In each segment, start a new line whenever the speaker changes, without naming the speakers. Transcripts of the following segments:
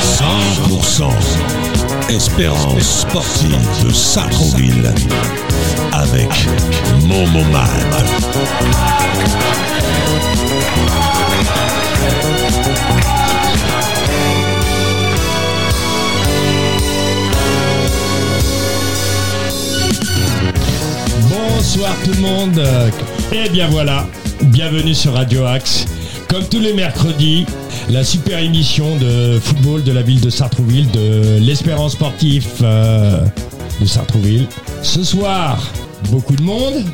100% Espérance sportive de Sartrouville avec Momoman.
Bonsoir tout le monde. Et bien voilà, bienvenue sur Radio Axe. Comme tous les mercredis, la super émission de football de la ville de Sartrouville, de l'espérance sportive euh, de Sartrouville. Ce soir, beaucoup de monde.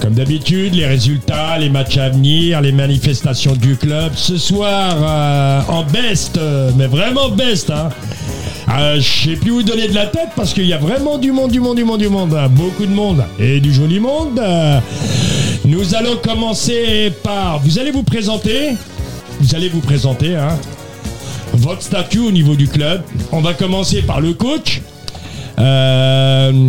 Comme d'habitude, les résultats, les matchs à venir, les manifestations du club. Ce soir, euh, en best, euh, mais vraiment best. Hein. Euh, Je sais plus où donner de la tête parce qu'il y a vraiment du monde, du monde, du monde, du monde. hein. Beaucoup de monde et du joli monde. Euh, nous allons commencer par. Vous allez vous présenter. Vous allez vous présenter. hein. Votre statut au niveau du club. On va commencer par le coach. Euh,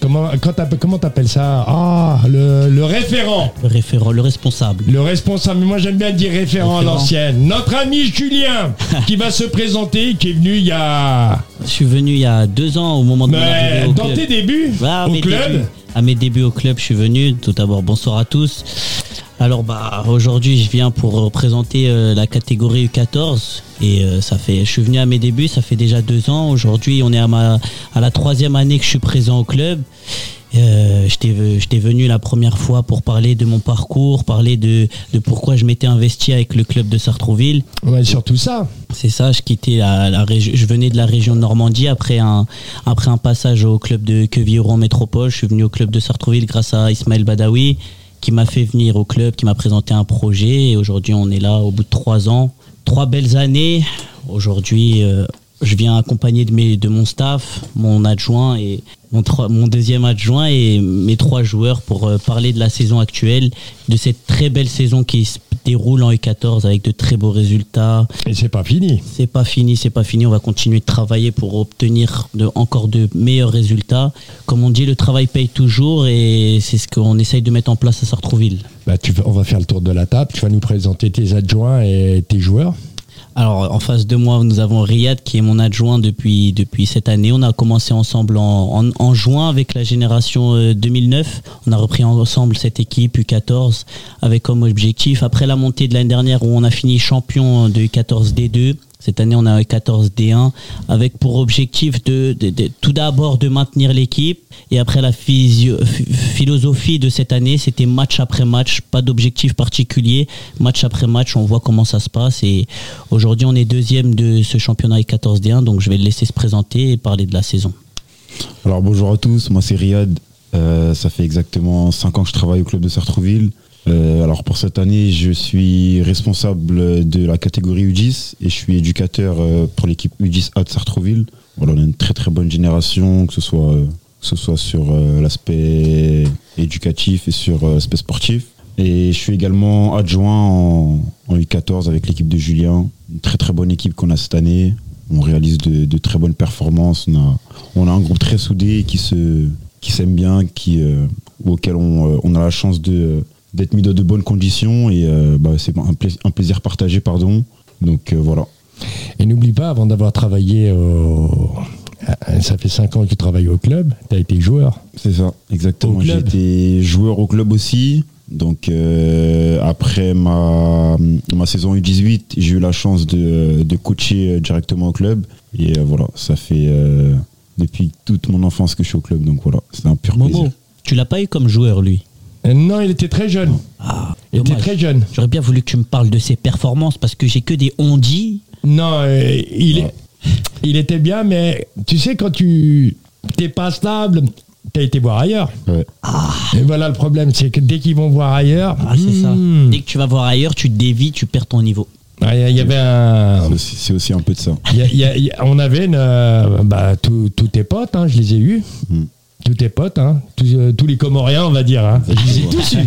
comment quand t'appelles- comment t'appelles ça Ah, le, le référent.
Le référent, le responsable.
Le responsable. Mais Moi, j'aime bien dire référent, à
Référent.
l'ancienne. Notre ami Julien, qui va se présenter, qui est venu il y a.
Je suis venu il y a deux ans au moment de mon
Mais
arrivée au
dans
club.
tes débuts,
Bah, à
au
mes
club,
débuts- à mes débuts au club, je suis venu. Tout d'abord, bonsoir à tous. Alors bah aujourd'hui, je viens pour représenter euh, la catégorie U14 et euh, ça fait. Je suis venu à mes débuts, ça fait déjà deux ans. Aujourd'hui, on est à ma à la troisième année que je suis présent au club. Euh, J'étais j'étais venu la première fois pour parler de mon parcours, parler de, de pourquoi je m'étais investi avec le club de Sartrouville.
ouais, surtout ça.
C'est ça, je quittais la, la région, je venais de la région de Normandie après un, après un passage au club de Quevillon Métropole. Je suis venu au club de Sartrouville grâce à Ismaël Badawi qui m'a fait venir au club, qui m'a présenté un projet. Et aujourd'hui, on est là au bout de trois ans, trois belles années. Aujourd'hui, euh, je viens accompagné de, mes, de mon staff, mon adjoint et mon, tro- mon deuxième adjoint et mes trois joueurs pour euh, parler de la saison actuelle, de cette très belle saison qui se déroule en U14 avec de très beaux résultats.
Et c'est pas fini.
C'est pas fini, c'est pas fini. On va continuer de travailler pour obtenir de, encore de meilleurs résultats. Comme on dit, le travail paye toujours et c'est ce qu'on essaye de mettre en place à Sartrouville.
Bah, tu vas- on va faire le tour de la table. Tu vas nous présenter tes adjoints et tes joueurs.
Alors, en face de moi, nous avons Riyad qui est mon adjoint depuis, depuis cette année. On a commencé ensemble en, en, en juin avec la génération euh, 2009. On a repris ensemble cette équipe U14 avec comme objectif, après la montée de l'année dernière où on a fini champion de U14D2, cette année on a U14D1 avec pour objectif de, de- de- tout d'abord de maintenir l'équipe et après la physio- ph- philosophie de cette année c'était match après match, pas d'objectif particulier, match après match on voit comment ça se passe et aujourd'hui on est deuxième de ce championnat U14D1 donc je vais le laisser se présenter et parler de la saison.
Alors bonjour à tous, moi c'est Riyad. Euh, ça fait exactement 5 ans que je travaille au club de Sartrouville. Euh, alors pour cette année, je suis responsable de la catégorie U10 et je suis éducateur euh, pour l'équipe U10A de Sartrouville. Voilà, on a une très très bonne génération, que ce soit, euh, que ce soit sur euh, l'aspect éducatif et sur euh, l'aspect sportif. Et je suis également adjoint en, en U14 avec l'équipe de Julien. Une très très bonne équipe qu'on a cette année. On réalise de, de très bonnes performances. On a, on a un groupe très soudé qui se qui s'aime bien, qui euh, auquel on, euh, on a la chance de euh, d'être mis dans de bonnes conditions et euh, bah, c'est un, pla- un plaisir partagé pardon. Donc euh, voilà.
Et n'oublie pas, avant d'avoir travaillé au. Ah, Ça fait 5 ans que tu travailles au club, tu as été joueur.
C'est ça,
Au
exactement. J'ai
club.
été joueur au club aussi. Donc euh, après ma, ma saison U18, j'ai eu la chance de, de coacher euh, directement au club. Et euh, voilà, ça fait euh, depuis toute mon enfance que je suis au club. Donc voilà, c'est un pur
Momo,
plaisir.
tu l'as pas eu comme joueur lui
Euh, Non, il était très jeune.
Ah,
Il était
dommage.
très jeune.
J'aurais bien voulu que tu me parles de ses performances parce que j'ai que des on dit.
Non, euh, il, est-
Ouais.
il était bien, mais tu sais, quand tu t'es pas stable, tu as été voir ailleurs.
Ouais.
Et voilà le problème, c'est que dès qu'ils vont voir ailleurs.
Ah, c'est ça.
hmm,
Dès que tu vas voir ailleurs, tu dévis, tu perds ton niveau.
ah, Il y avait un.
Ah, C'est aussi- C'est aussi un peu de ça.
Il y a- il y a- il y a- on avait une, euh, bah, tous tous tes potes, hein, je les ai eus.
Mm.
tous tes potes, hein, tous, euh, tous les Comoriens, on va dire. Hein. Je les ai tous eus.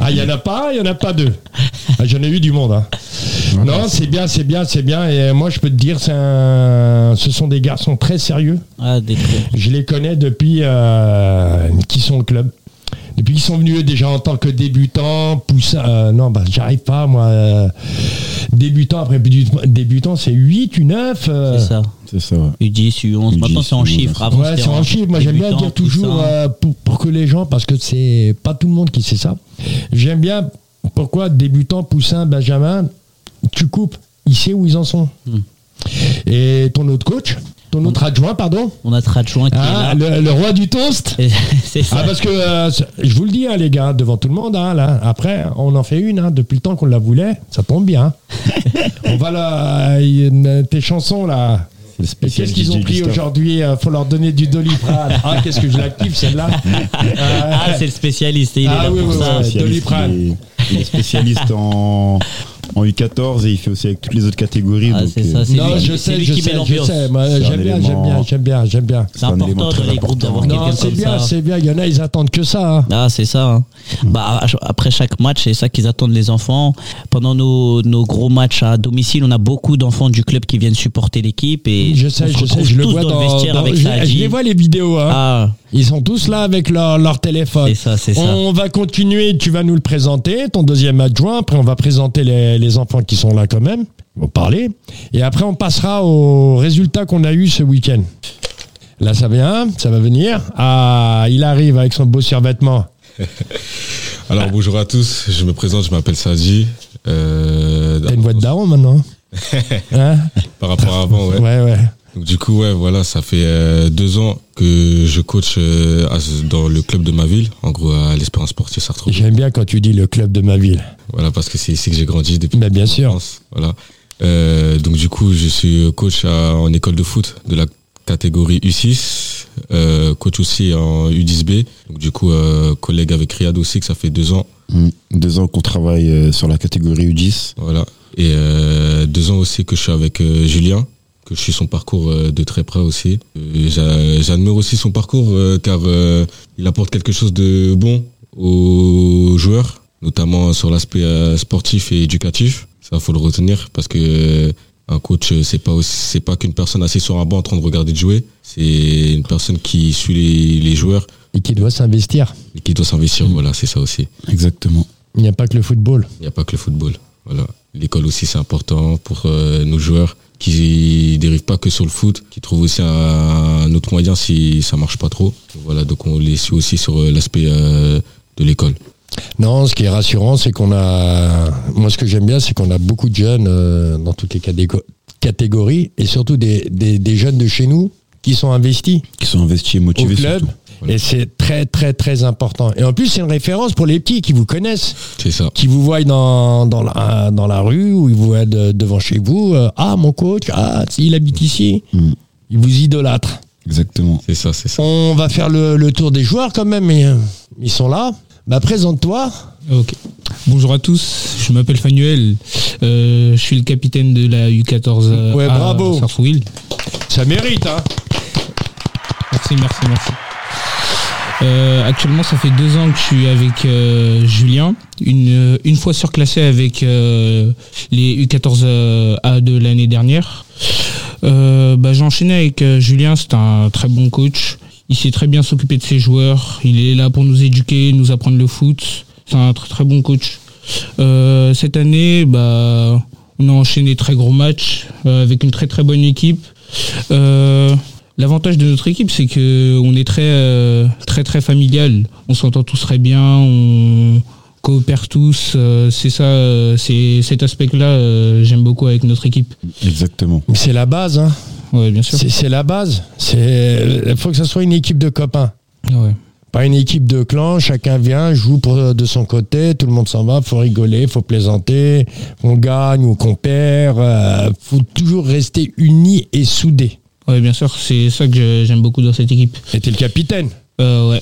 Ah, il n'y en a pas un, il n'y en a pas deux. Ah, J'en ai eu du monde. hein. Non, c'est bien, c'est bien, c'est bien. Et euh, moi, je peux te dire, c'est un- ce sont des garçons très sérieux.
Ah, des trucs.
Je les connais depuis euh, qu'ils sont au club. Depuis qu'ils sont venus eux, déjà en tant que débutants, poussa, euh, non, bah, j'arrive pas, moi. euh, débutant après débutant- débutant, c'est 8 ou 9. euh,
c'est ça.
C'est ça, ouais.
U10, U11. Maintenant,
U10,
c'est en
U11.
chiffres. Avant,
Ouais,
c'était
c'est en chiffre. Moi, j'aime bien
débutant,
dire
tout
toujours
ça.
euh, pour, pour que les gens, parce que c'est pas tout le monde qui sait ça. J'aime bien pourquoi débutant, poussin, benjamin, tu coupes. Il sait où ils en sont.
Hmm.
Et ton autre coach, ton autre adjoint, pardon,
On a notre adjoint qui
hein,
est là.
le, le roi du toast.
Et- c'est ça.
Ah, parce que euh, c'est- je vous le dis, hein, les gars, devant tout le monde, hein, là, après, on en fait une, hein, depuis le temps qu'on la voulait, ça tombe bien. on va là, euh, tes chansons là.
C'est le
Et
spécial
qu'est-ce qu'ils
DJ
ont pris
Gustave.
aujourd'hui euh, Faut leur donner du doliprane. Ah, qu'est-ce que je l'active celle-là Euh,
Ah, c'est le spécialiste. et Il
Ah,
est là
oui,
pour
oui,
ça.
oui.
Spécialiste,
Doliprane.
Il est, il est spécialiste en, en U14 et il fait aussi avec toutes les autres catégories.
Ah,
donc,
c'est
euh,
ça, c'est
Non,
lui,
je
qui- c'est
sais,
lui
je
qui met
sais, je
l'ambiance.
sais. Moi,
C'est un
J'aime bien,
élément-
j'aime bien, j'aime bien, j'aime bien.
C'est
un
important
élément
dans
très
les groupes
important.
d'avoir
Non,
quelqu'un
c'est
comme
bien,
ça. hein.
c'est Mm. bien. Il y en a, ils attendent que ça. hein.
Ah, c'est ça. hein. Bah, à- après chaque match, c'est ça qu'ils attendent les enfants. Pendant nos, nos gros matchs à domicile, on a beaucoup d'enfants du club qui viennent supporter l'équipe. Et
Je
on
sais,
se
je sais,
retrouve
je le
tous
vois
dans,
dans.
le vestiaire
dans-
avec
je,
ça.
je les vois les vidéos. hein.
Ah,
Ils sont tous là avec leur, leur téléphone.
c'est ça, c'est ça.
On va continuer, tu vas nous le présenter, ton deuxième adjoint. Après, on va présenter les, les enfants qui sont là quand même. On va parler. Et après, on passera aux résultats qu'on a eu ce week-end. Là, ça vient, ça va venir. Ah, il arrive avec son beau survêtement.
Alors bonjour à tous, je me présente, je m'appelle Sadi. Euh,
T'as une voix de daron maintenant. Hein
par rapport à avant, ouais.
ouais, ouais.
Donc, du coup, ouais, voilà, ça fait euh, deux ans que je coach euh, à ce- dans le club de ma ville, en gros à l'Espérance Sportive Sartre.
J'aime bien quand tu dis le club de ma ville.
Voilà, parce que c'est ici que j'ai grandi depuis.
Mais bien sûr.
l'enfance, Voilà. Euh, donc du coup, je suis coach à- en école de foot de la catégorie U6, euh, coach aussi en U10B. Donc du coup, euh, collègue avec Riyad aussi, que ça fait deux ans.
Mm. Deux ans qu'on travaille euh, sur la catégorie U10.
Voilà. Et euh, deux ans aussi que je suis avec euh, Julien, que je suis son parcours euh, de très près aussi. Euh, j'a- J'admire aussi son parcours euh, car euh, il apporte quelque chose de bon aux joueurs, notamment sur l'aspect euh, sportif et éducatif. Ça, faut le retenir parce que euh, un coach, euh, c'est pas aussi- c'est pas qu'une personne assise sur un banc en train de regarder de jouer. C'est une personne qui suit les, les joueurs
Et qui doit s'investir.
et qui doit s'investir. Voilà, c'est ça aussi.
Exactement.
Il n'y a pas que le football.
Il n'y a pas que le football. Voilà. L'école aussi, c'est important pour euh, nos joueurs qui dérivent pas que sur le foot, qui trouvent aussi un, un autre moyen si ça marche pas trop. Voilà, donc on les suit aussi sur euh, l'aspect euh, de l'école.
Non, ce qui est rassurant, c'est qu'on a. Moi, ce que j'aime bien, c'est qu'on a beaucoup de jeunes euh, dans toutes les catégo- catégories et surtout des, des, des jeunes de chez nous qui sont investis
Qui sont investis et
au
motivés.
club.
surtout.
Voilà.
Et c'est très, très, très important. Et en plus, c'est une référence pour les petits qui vous connaissent,
C'est ça.
qui vous voient dans, dans, la, dans la rue ou ils vous voient de- devant chez vous. euh, ah, mon coach, ah, il habite ici.
Mm.
Ils vous idolâtrent.
Exactement.
C'est ça, c'est ça.
On va faire le, le tour des joueurs quand même. mais, euh, ils sont là. Bah, présente-toi.
Ok. Bonjour à tous, je m'appelle Fanuel, euh, je suis le capitaine de la U14 euh,
Ouais,
à
bravo.
Sartrouville.
Ça mérite, hein.
Merci, merci, merci. Euh, actuellement, ça fait deux ans que je suis avec euh, Julien, une, une fois surclassé avec euh, les U14A de l'année dernière. Euh, bah, J'ai enchaîné avec euh, Julien, c'est un très bon coach. Il sait très bien s'occuper de ses joueurs. Il est là pour nous éduquer, nous apprendre le foot. C'est un très très bon coach. Euh, cette année, bah, on a enchaîné de très gros matchs euh, avec une très très bonne équipe. Euh, L'avantage de notre équipe, c'est que on est très euh, très très familial. On s'entend tous très bien, on coopère tous. euh, c'est ça, euh, c'est cet aspect-là, euh, j'aime beaucoup avec notre équipe.
Exactement.
C'est la base, hein.
Ouais, bien sûr.
C'est c'est la base. C'est- Il faut que ça soit une équipe de copains.
Ouais.
Pas une équipe de clan, chacun vient, joue pour, de son côté, tout le monde s'en va, faut rigoler, faut plaisanter, on gagne ou qu'on perd, euh, faut toujours rester unis et soudés.
Ouais, bien sûr, c'est ça que je- j'aime beaucoup dans cette équipe.
Et t'es le capitaine,
Euh, ouais,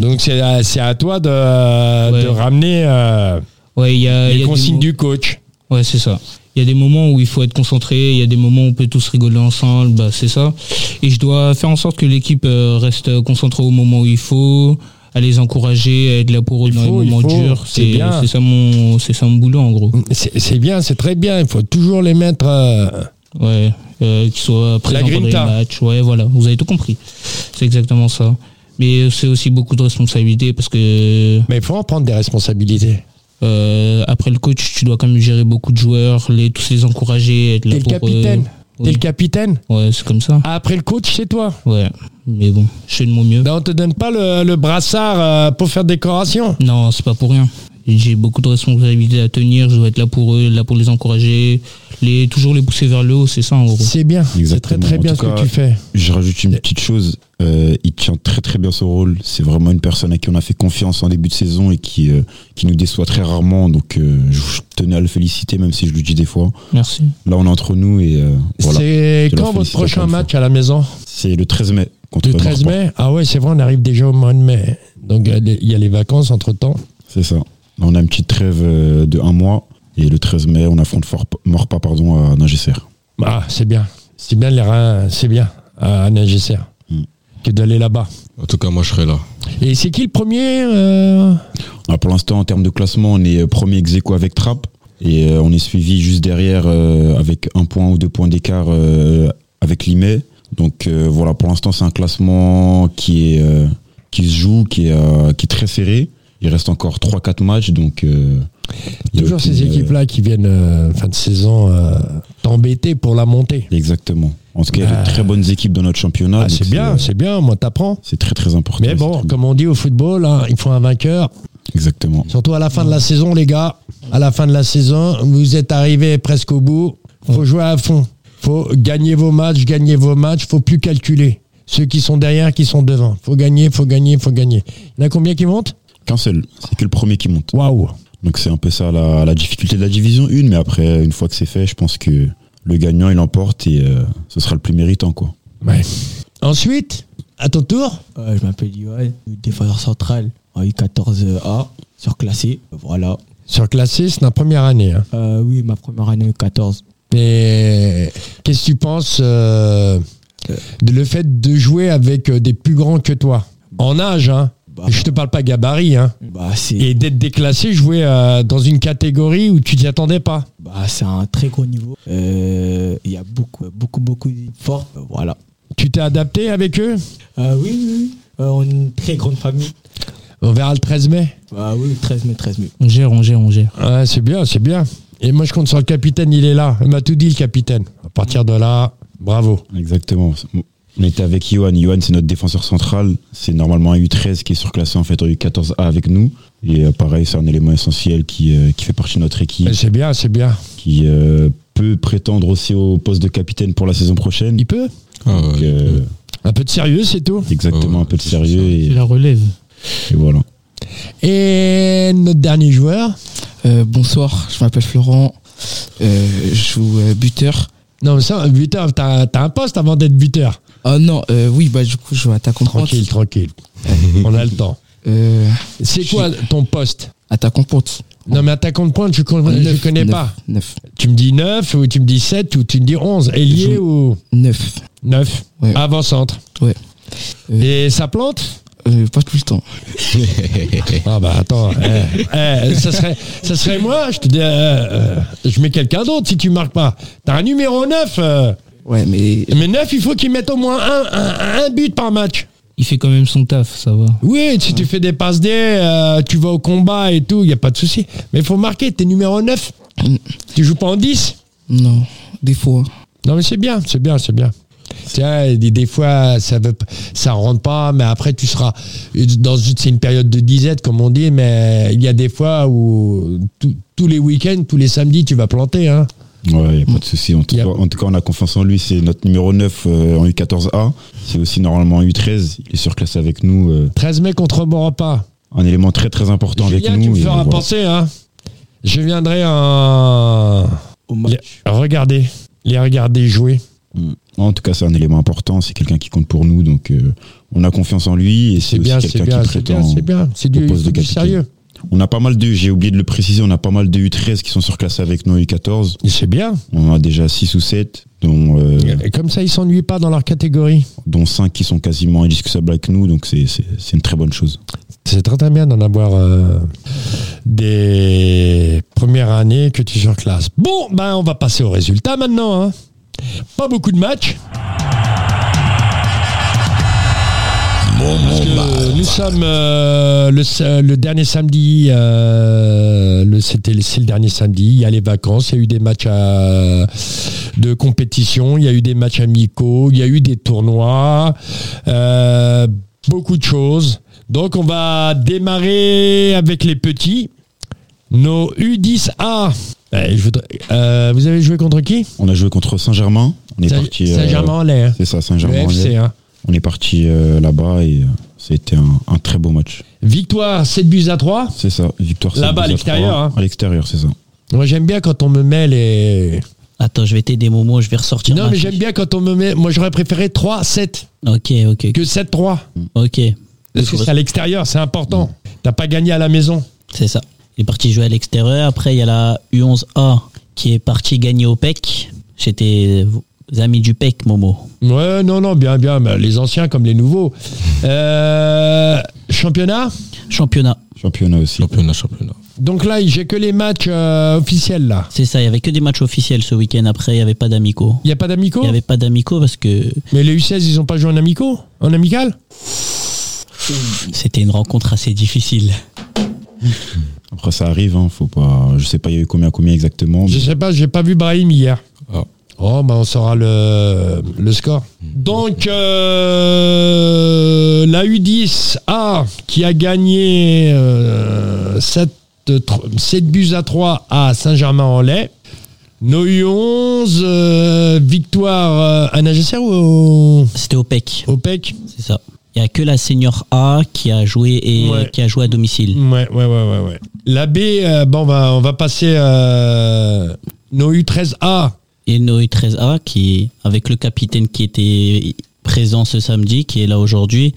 donc c'est à, c'est à toi de,
Ouais.
de ramener euh,
ouais, il y a, il y
les
a des
consignes
mots-
du coach.
Ouais, c'est ça. Il y a des moments où il faut être concentré, il y a des moments où on peut tous rigoler ensemble, bah, c'est ça. Et je dois faire en sorte que l'équipe euh, reste concentrée au moment où il faut, à les encourager, à être là pour eux
Il
dans
faut,
les
il
moments
faut,
durs.
c'est
C'est
bien.
c'est ça mon, c'est ça mon boulot en gros.
C'est c'est bien, c'est très bien. Il faut toujours les mettre. euh,
Ouais, euh, qu'ils soient présents pendant les
grinta.
matchs. Ouais, voilà, vous avez tout compris. C'est exactement ça. Mais euh, c'est aussi beaucoup de responsabilités parce que
Mais il faut en prendre des responsabilités.
euh, après le coach, tu dois quand même gérer beaucoup de joueurs, les tous les encourager, être là
T'es le
pour eux.
capitaine. T'es
euh, oui.
le capitaine.
Ouais, c'est comme ça.
Après le coach, c'est toi.
Ouais, mais bon, je fais de mon mieux.
Ben, on te donne pas le, le brassard euh, pour faire décoration.
Non, c'est pas pour rien. J'ai beaucoup de responsabilités à tenir, je dois être là pour eux, là pour les encourager, les toujours les pousser vers le haut, c'est ça en gros.
C'est bien. C'est très
Exactement.
très
En
bien ce
tout
que
cas,
tu fais.
Je rajoute une petite chose. euh, il tient très très bien son rôle. C'est vraiment une personne à qui on a fait confiance en début de saison et qui, euh, qui nous déçoit très rarement. Donc euh, je je tenais à le féliciter, même si je lui dis des fois.
Merci.
Là, on est entre nous et euh, voilà.
C'est
Je leur
quand votre
félicite
prochain
encore une
match à la maison
C'est le 13 mai contre
Le 13
Marport.
mai Ah ouais, c'est vrai, on arrive déjà au mois de mai. Donc euh, les- il y a les vacances entre temps.
C'est ça. On a une petite trêve euh, de un mois et le 13 mai, on affronte Fort- Morpa pardon, à Ningesser.
Ah, c'est bien. C'est bien les reins, c'est bien à Nagesser
Hmm.
que d'aller là-bas.
En tout cas, moi, je serai là.
Et c'est qui le premier euh,
Ah, pour l'instant, en termes de classement, on est euh, premier ex aequo avec Trapp. Et euh, on est suivi juste derrière euh, avec un point ou deux points d'écart euh, avec Limay. Donc euh, voilà, pour l'instant, c'est un classement qui, est, euh, qui se joue, qui est, euh, qui est très serré. Il reste encore 3-4 matchs. Donc, euh, il y a
Toujours
aucune,
ces
euh,
équipes-là qui viennent euh, fin de saison euh, t'embêter pour la montée.
Exactement. En tout cas, il y a
Bah.
de très bonnes équipes dans notre championnat.
Ah,
donc
c'est bien,
euh,
c'est bien, moi t'apprends.
C'est très très important.
Mais
C'est
bon,
très-
comme on dit au football, hein, il faut un vainqueur.
Exactement.
Surtout à la fin de la saison, les gars. À la fin de la saison, vous êtes arrivés presque au bout. Faut jouer à fond. Faut gagner vos matchs, gagner vos matchs. Faut plus calculer. Ceux qui sont derrière, qui sont devant. Faut gagner, faut gagner, faut gagner. Il y en a combien qui montent
Qu'un seul. C'est que le premier qui monte.
Waouh
Donc c'est un peu ça la, la difficulté de la division 1, mais après, une fois que c'est fait, je pense que le gagnant, il emporte et euh, ce sera le plus méritant. quoi.
Ouais. Ensuite, à ton tour,
Euh, je m'appelle Yoann, défenseur central en U14A, surclassé. Voilà.
surclassé, c'est la première année. hein.
Euh, oui, ma première année en U14.
Mais qu'est-ce que tu penses euh, de le fait de jouer avec euh, des plus grands que toi En âge, hein
Bah,
Je te parle pas gabarit, hein
bah, c'est
Et d'être déclassé, jouer euh, dans une catégorie où tu t'y attendais pas.
bah, c'est un très gros niveau. Euh, Il y a beaucoup, beaucoup, beaucoup d'équipes fortes. Euh, Voilà.
Tu t'es adapté avec eux
Euh, oui, oui, oui. Euh, on est une très grande famille.
On verra le 13 mai.
Bah oui, 13 mai, 13 mai.
On gère, on gère, on gère.
Ouais, c'est bien, c'est bien. Et moi, je compte sur le capitaine, il est là. Il m'a tout dit, le capitaine. À partir de là, bravo.
Exactement. On était avec Yohan. Yohan, c'est notre défenseur central. C'est normalement un U13 qui est surclassé en fait en U14A avec nous. Et euh, pareil, c'est un élément essentiel qui, euh, qui fait partie de notre équipe,
Et C'est bien, c'est bien.
qui euh, peut prétendre aussi au poste de capitaine pour la saison prochaine.
Il peut
Ah,
Donc,
ouais.
euh,
Un peu de sérieux, c'est tout.
exactement, un peu de sérieux
C'est
et,
la relève.
et voilà.
Et notre dernier joueur
Euh, bonsoir, je m'appelle Florent. Euh, je joue euh, buteur.
Non, mais ça, buteur, t'as t'as un poste avant d'être buteur.
Ah non, euh, oui, bah du coup, je joue attaquant de pointe.
Tranquille, tranquille. On a le temps.
Euh,
C'est
Je-
quoi ton poste
attaquant de pointe.
Non, mais attaquant de pointe, je con- je
Neuf,
connais
neuf,
pas.
Neuf.
Tu me dis 9 ou tu me dis 7 ou tu me dis 11. Ailier
Je-
ou
Neuf.
9
Ouais.
Avant-centre.
Ouais.
Ah, Et ça plante
Euh, pas tout le temps.
Ah bah attends, eh, eh, ça, serait, ça serait moi, je te dis, euh, euh, je mets quelqu'un d'autre si tu marques pas. T'as un numéro 9, euh,
Ouais, mais
mais 9, il faut qu'il mette au moins un, un, un but par match.
Il fait quand même son taf, ça va.
Oui, si tu fais des passes des, tu vas au combat et tout, il n'y a pas de souci. Mais il faut marquer, t'es numéro 9. Tu joues pas en 10
non, des fois.
Non, mais c'est bien, c'est bien, c'est bien. Tiens, des, des fois, ça veut, p- ça rentre pas, mais après, tu seras dans une, c'est une période de disette, comme on dit, mais il y a des fois où tout- tous les week-ends, tous les samedis, tu vas planter, hein.
Ouais, y a pas de souci. En, tout
Y a-
cas- en tout cas, on a confiance en lui. C'est notre numéro 9 euh, en U14A. C'est aussi normalement en U13. Il est surclassé avec nous. euh,
13 mai contre Morapa.
un élément très très important avec
Julien,
nous.
tu me
et
feras
voilà.
penser, hein. Je viendrai en.
Au match.
Regardez, les regarder jouer.
Mm. En tout cas, c'est un élément important. C'est quelqu'un qui compte pour nous. Donc, euh, on a confiance en lui. Et
C'est
c'est
bien,
aussi
c'est
quelqu'un
bien,
qui
c'est bien,
prétend.
c'est bien. C'est du,
au poste
c'est
de
du
capitaine.
sérieux.
On a pas mal de, j'ai oublié de le préciser, on a pas mal de U13 qui sont surclassés avec nos U14.
C'est bien.
On en a déjà 6 ou 7, dont, euh,
Et comme ça, ils s'ennuient pas dans leur catégorie.
dont 5 qui sont quasiment indiscussables avec nous, donc c'est- c'est c'est une très bonne chose.
C'est très très bien d'en avoir euh, des premières années que tu surclasses. Bon, ben on va passer aux résultats maintenant. hein. Pas beaucoup de matchs. Parce que
bah,
nous sommes euh, le, sa- le dernier samedi, euh, le- c'était le- c'est le dernier samedi, il y a les vacances, il y a eu des matchs à- de compétition, il y a eu des matchs amicaux, il y a eu des tournois, euh, beaucoup de choses. Donc on va démarrer avec les petits, nos U10A. Eh, je voudrais- euh, vous avez joué contre qui
On a joué contre Saint-Germain. On est parti. euh,
Saint-Germain-en-Laye. hein.
C'est ça,
le
Saint-Germain.
FC. hein.
On est parti euh, là-bas et euh, c'était un, un très beau match.
Victoire 7 buts à 3.
C'est ça, victoire.
Là-bas,
7-2
à l'extérieur,
trois.
hein.
À l'extérieur, c'est ça.
Moi j'aime bien quand on me met les...
Attends, je vais t'aider, Momo, je vais ressortir.
Non
ma
mais
fiche.
j'aime bien quand on me met... Moi j'aurais préféré 3-7
Ok, ok,
que 7-3.
ok.
Parce que c'est à l'extérieur, c'est important. T'as pas gagné à la maison.
C'est ça. Il est parti jouer à l'extérieur. Après, il y a la U11A qui est partie gagner au PEC. J'étais amis du PEC, Momo.
Ouais, non, non, bien, bien. mais les anciens comme les nouveaux. Euh, championnat
Championnat.
Championnat aussi.
Championnat, championnat.
Donc là, j'ai que les matchs euh, officiels, là.
C'est ça, il n'y avait que des matchs officiels ce week-end. Après, il n'y avait pas d'amicaux.
Il n'y a pas d'amicaux
Il n'y avait pas d'amicaux parce que
Mais les U16, ils ont pas joué en amicaux En amical
c'était une rencontre assez difficile.
Après, ça arrive, hein, faut pas. Je sais pas, il y a eu combien, combien exactement.
Je
mais
sais pas, j'ai pas vu Brahim hier.
Ah.
Oh, bah on saura le, le score. Donc, euh, la U10A qui a gagné euh, 7, buts à 3 à Saint-Germain-en-Laye. Nos U11, euh, victoire euh, à Nagesser ou au,
C'était au E PEC,
au E PEC
c'est ça. Il n'y a que la senior A qui a joué et
Ouais.
qui a joué à domicile.
Ouais, ouais, ouais, ouais. ouais. La B, euh, bon, on va, on va passer euh, nos U13A.
Et nos U13A qui, avec le capitaine qui était présent ce samedi, qui est là aujourd'hui,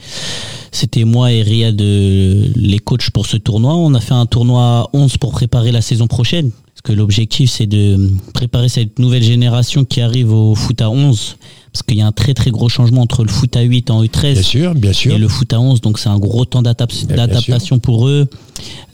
c'était moi et Riyad, euh, les coachs pour ce tournoi. On a fait un tournoi à 11 pour préparer la saison prochaine. Parce que l'objectif, c'est de préparer cette nouvelle génération qui arrive au foot à 11. Parce qu'il y a un très très gros changement entre le foot à 8 en
Bien
U13
sûr, bien sûr. Eh
et le foot à 11. Donc c'est un gros temps d'adap-
bien
d'adaptation pour eux,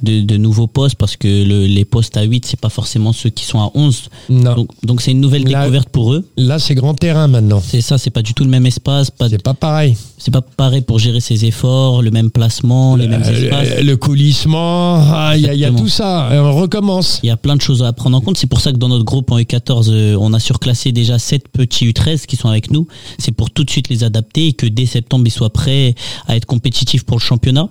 de, de nouveaux postes, parce que le- les postes à 8, c'est pas forcément ceux qui sont à 11.
Non.
Donc donc c'est une nouvelle
Ah. Là-
découverte pour eux.
Là, c'est grand terrain maintenant.
C'est ça, c'est pas du tout le même espace, pas
C'est pas pareil.
c'est pas pareil pour gérer ses efforts, le même placement, les mêmes espaces.
Euh, le coulissement, ah, il y, a- il y a
Exactement.
tout ça. Et on recommence.
Il y a plein de choses à prendre en compte. C'est pour ça que dans notre groupe en U14, euh, on a surclassé déjà 7 petits U13 qui sont avec nous. C'est pour tout de suite les adapter et que dès septembre, ils soient prêts à être compétitifs pour le championnat.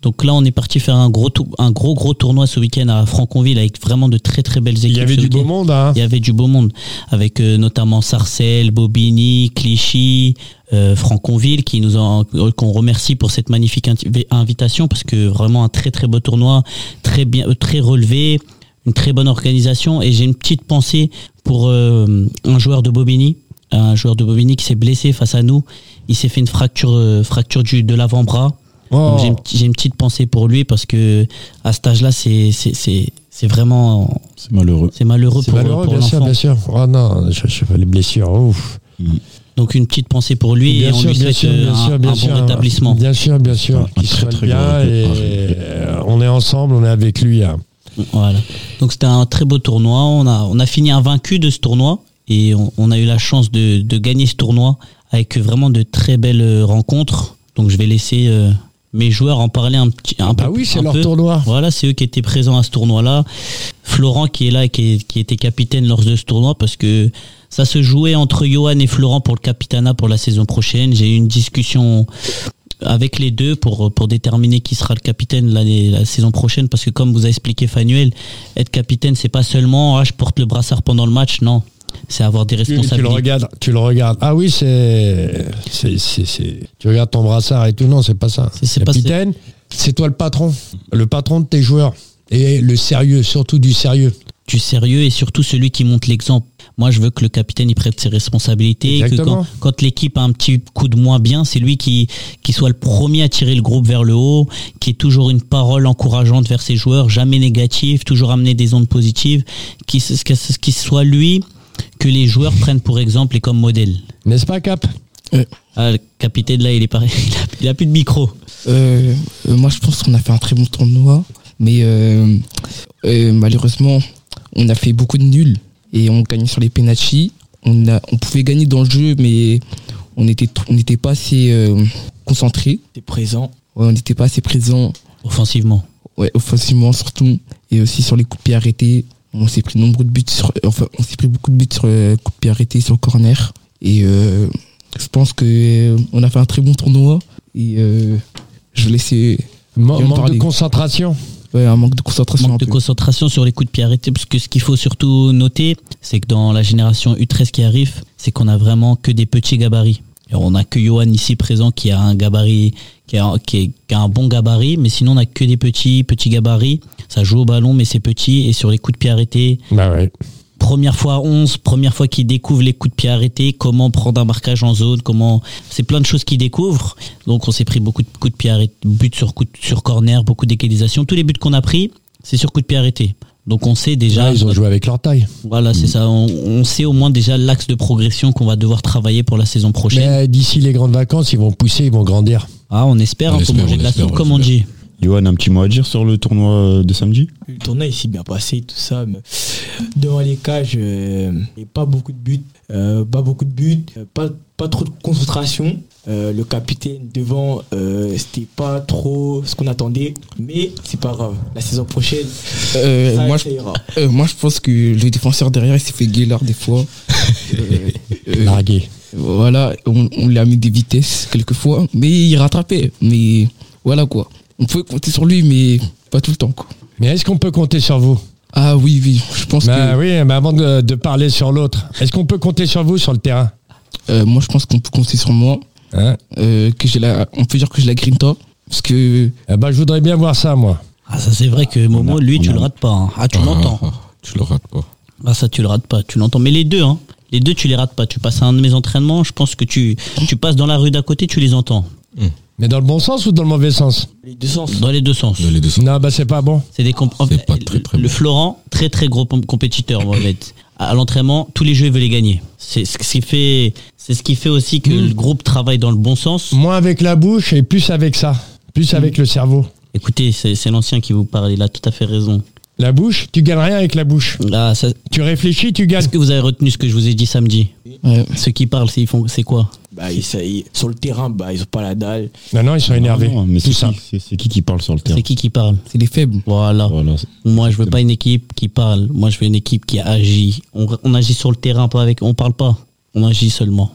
Donc là, on est parti faire un gros, tou- un gros, gros tournoi ce week-end à Franconville avec vraiment de très, très belles équipes.
Il y avait
ce
du beau
week-end.
monde. hein.
Il y avait du beau monde, avec euh, notamment Sarcelles, Bobigny, Clichy, euh, Franconville, qui nous ont, euh, qu'on remercie pour cette magnifique inti- invitation, parce que vraiment un très très beau tournoi, très bien, euh, très relevé, une très bonne organisation. Et j'ai une petite pensée pour euh, un joueur de Bobigny, un joueur de Bobigny qui s'est blessé face à nous. Il s'est fait une fracture, euh, fracture du, de l'avant-bras.
Oh.
Donc, J'ai une, petite- j'ai une petite pensée pour lui parce que à cet âge-là, c'est c'est- c'est c'est vraiment
C'est malheureux.
c'est malheureux
C'est
pour,
malheureux,
pour
bien sûr,
l'enfant.
bien sûr. Oh non, je, je- les blessures, ouf.
Donc une petite pensée pour lui
Bien
et on
sûr,
lui
bien
souhaite
sûr,
euh,
bien
un,
sûr, bien
un
sûr.
bon rétablissement.
Bien sûr, bien sûr.
Un
Qu'il
très,
soit
très
bien
grand
et
rétablissement.
euh, on est ensemble, on est avec lui. hein.
Voilà. Donc c'était un très beau tournoi. On a, on a fini invaincu de ce tournoi et on, on a eu la chance de, de gagner ce tournoi avec vraiment de très belles euh, rencontres. Donc je vais laisser euh, mes joueurs en parler un petit un
Bah
peu.
oui, c'est
un
leur
peu.
tournoi.
Voilà, c'est eux qui étaient présents à ce tournoi-là. Florent qui est là et qui, est- qui était capitaine lors de ce tournoi parce que ça se jouait entre Johan et Florent pour le capitana pour la saison prochaine. J'ai eu une discussion avec les deux pour, pour déterminer qui sera le capitaine l'année- la saison prochaine parce que comme vous a expliqué Fanuel, être capitaine c'est pas seulement ah, je porte le brassard pendant le match, non. C'est avoir des
Tu, tu le
responsabilités.
regardes, tu le regardes. Ah oui, c'est, c'est, c'est, c'est- tu regardes ton brassard et tout. Non, c'est pas ça.
C'est- c'est pas-
Capitaine, c'est toi le patron, le patron de tes joueurs et le sérieux, surtout du sérieux.
du sérieux et surtout celui qui montre l'exemple. Moi, je veux que le capitaine y prête ses responsabilités et que
Exactement.
quand, quand l'équipe a un petit coup de moins bien, c'est lui qui, qui soit le premier à tirer le groupe vers le haut, qui est toujours une parole encourageante vers ses joueurs, jamais négative, toujours amener des ondes positives, qui, se- que ce qui soit lui que les joueurs prennent pour exemple et comme modèle.
N'est-ce pas, Cap
Ah, le capitaine, là, il est pareil. Il a, il a plus de micro.
Euh, euh, moi, je pense qu'on a fait un très bon tournoi, mais euh, euh, malheureusement, on a fait beaucoup de nuls et on gagnait sur les pénalties. On, a- on pouvait gagner dans le jeu, mais on n'était on n'était pas assez euh, concentré.
T'es présent.
Ouais, on n'était pas assez présent,
Offensivement.
ouais, offensivement surtout, et aussi sur les coups de pied arrêtés. On s'est pris nombreux de buts sur, enfin, on s'est pris beaucoup de buts sur les coups de pied arrêtés sur le corner. Et euh, je pense que euh, on a fait un très bon tournoi. Et euh, je vais laisser
Man-
Viens de
Manque de
parler.
concentration.
Ouais, un manque de concentration.
Manque de
un peu.
concentration sur les coups de pied arrêtés, parce que ce qu'il faut surtout noter, c'est que dans la génération U13 qui arrive, c'est qu'on a vraiment que des petits gabarits. Et on a que Johan ici présent qui a un gabarit, qui a, qui est- qui a un bon gabarit, mais sinon on a que des petits, petits gabarits. Ça joue au ballon, mais c'est petit, et sur les coups de pied arrêtés,
Bah ouais.
première fois à 11, première fois qu'ils découvrent les coups de pied arrêtés, comment prendre un marquage en zone, comment c'est plein de choses qu'ils découvrent. Donc on s'est pris beaucoup de coups de pied arrêtés, but sur coup de- sur corner, beaucoup d'égalisation, tous les buts qu'on a pris, c'est sur coups de pied arrêtés. Donc on sait déjà
Là, ils ont joué avec leur taille.
voilà, c'est
Mm.
ça, on, on sait au moins déjà l'axe de progression qu'on va devoir travailler pour la saison prochaine.
Mais d'ici les grandes vacances, ils vont pousser, ils vont grandir.
Ah, on espère, on,
On
peut
espère,
manger
on
de la
espère,
soupe
on
comme on dit.
Johan, un petit mot à dire sur le tournoi de samedi
Le tournoi il s'est bien passé, tout ça. Mais devant les cages, euh, et pas beaucoup de buts. euh, pas beaucoup de buts. euh, pas, pas trop de concentration. Euh, le capitaine devant, euh, c'était pas trop ce qu'on attendait. Mais c'est pas grave. La saison prochaine,
Euh,
ça,
moi,
ça
je,
ira.
euh, moi, je pense que le défenseur derrière, il s'est fait guélard des fois. Euh, euh,
Larguer.
voilà, on, on lui a mis des vitesses quelquefois, mais il rattrapait. Mais voilà quoi. On pouvait compter sur lui, mais pas tout le temps quoi.
Mais est-ce qu'on peut compter sur vous
Ah oui, oui, je pense
Bah
que.
oui, mais avant de, de parler sur l'autre, est-ce qu'on peut compter sur vous sur le terrain
euh, moi, je pense qu'on peut compter sur moi.
Hein
euh, que j'ai la, on peut dire que j'ai la grinta. Parce que.
Eh ben, je voudrais bien voir ça, moi.
Ah, ça c'est vrai que Momo, lui, tu le rates pas. hein. Ah, tu l'entends.
Ah, ah, tu le rates pas.
Ah ça tu le rates pas, tu l'entends. Mais les deux, hein. Les deux tu les rates pas. Tu passes à un de mes entraînements, je pense que tu, tu passes dans la rue d'à côté, tu les entends.
Mais dans le bon sens ou dans le mauvais sens
Les deux sens.
Dans les deux sens.
Dans les deux sens.
Non, bah c'est pas bon.
C'est des comp-
C'est pas très, très
le
bon.
Florent, très très gros pom- compétiteur Mohamed. À l'entraînement, tous les jeux il veut les gagner. C'est ce qui fait, c'est ce qui fait aussi que le groupe travaille dans le bon sens.
Moins avec la bouche et plus avec ça. Plus avec
Mm.
le cerveau.
Écoutez, c'est c'est l'ancien qui vous parle, il a tout à fait raison.
La bouche, tu gagnes rien avec la bouche.
Ah, ça-
Tu réfléchis, tu gagnes.
est-ce que vous avez retenu ce que je vous ai dit samedi
Ouais.
Ceux qui parlent, c'est- ils font, c'est quoi
Bah, ils- ça- ils- sur le terrain, bah, ils ont pas la dalle.
Non, non, ils sont énervés. hein.
Non, mais
Tout
c'est
ça.
qui, c'est- c'est qui qui parle sur le terrain
C'est qui qui parle
C'est les faibles.
Voilà.
Voilà.
Moi, je veux pas une équipe qui parle. Moi, je veux une équipe qui agit. On, on agit sur le terrain, pas avec. On parle pas. On agit seulement.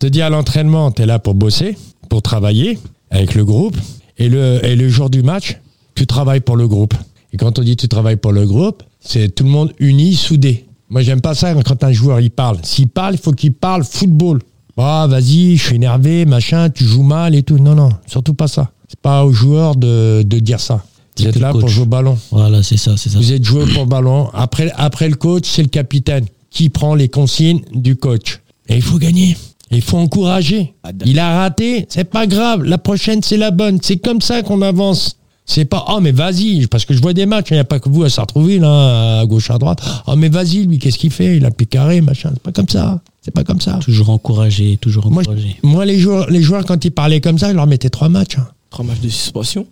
te dis à l'entraînement, tu es là pour bosser, pour travailler avec le groupe. Et le, et le jour du match, tu travailles pour le groupe. Et quand on dit tu travailles pour le groupe, c'est tout le monde uni, soudé. Moi, j'aime pas ça quand un joueur il parle. S'il parle, il faut qu'il parle football. Ah, vas-y, je suis énervé, machin, tu joues mal et tout. Non, non, surtout pas ça. C'est pas aux joueurs de, de dire ça. Vous
C'est
êtes
que le
là
coach.
pour jouer au ballon.
Voilà, c'est ça, c'est ça.
Vous êtes joueur pour le ballon. Après, après le coach, c'est le capitaine qui prend les consignes du coach. Et il faut gagner. Et Il faut encourager.
Ah,
Il a raté, c'est pas grave. La prochaine, c'est la bonne. C'est comme ça qu'on avance. C'est pas, oh, mais vas-y, parce que je vois des matchs, il n'y a pas que vous à Sartrouville, hein, à gauche, à droite. Oh, mais vas-y, lui, qu'est-ce qu'il fait Il a pied carré, machin. C'est pas comme ça. C'est pas comme ça.
Toujours encouragé, toujours
Moi, je-
encouragé.
moi, les, joueurs, les joueurs, quand ils parlaient comme ça, ils leur mettaient trois matchs. hein.
Trois matchs de suspension.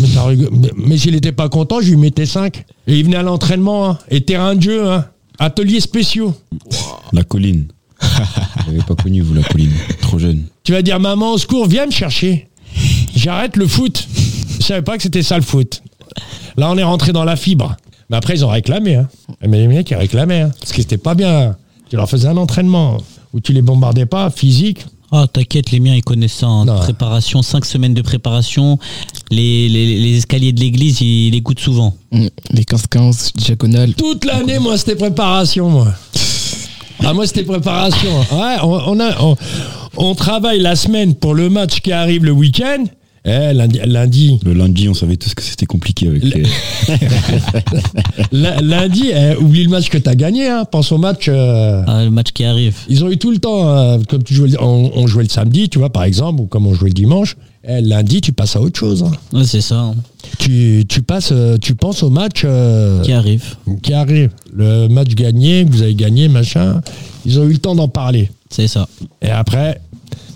Mais, t'as rigolé. Mais- mais s'il n'était pas content, je lui mettais 5. Et il venait à l'entraînement, hein. et terrain de jeu, hein. ateliers spéciaux.
La colline. Vous n'avez pas connu, vous, la colline. Trop jeune.
Tu vas dire, maman, au secours, viens me chercher. J'arrête le foot. Je savais pas que c'était ça le foot. Là, on est rentré dans la fibre. Mais après, ils ont réclamé. Hein. Mais les mecs, ils réclamaient. hein. Parce que c'était pas bien. Tu leur faisais un entraînement où tu les bombardais pas, physique.
Ah, t'inquiète, les miens, ils connaissent ça. hein.
Non.
Préparation, cinq semaines de préparation. Les, les, les escaliers de l'église, ils les goûtent souvent.
Mm, Les 15-15, diagonale.
Toute l'année, moi, c'était préparation, moi. Ah, moi, c'était préparation. Ouais, on, on a, on, on travaille la semaine pour le match qui arrive le week-end. Eh, lundi, lundi,
Le lundi, on savait tous que c'était compliqué avec les.
l- lundi, eh, oublie le match que t'as gagné, hein. pense au match. euh,
Ah, le match qui arrive.
Ils ont eu tout le temps, hein, comme tu jouais, le- on, on jouait le samedi, tu vois, par exemple, ou comme on jouait le dimanche. Eh, lundi, tu passes à autre chose. hein.
Ouais, c'est ça. hein.
Tu, tu passes, euh, tu penses au match euh,
Qui arrive.
qui arrive, le match gagné, que vous avez gagné, machin. Ils ont eu le temps d'en parler.
C'est ça.
Et après,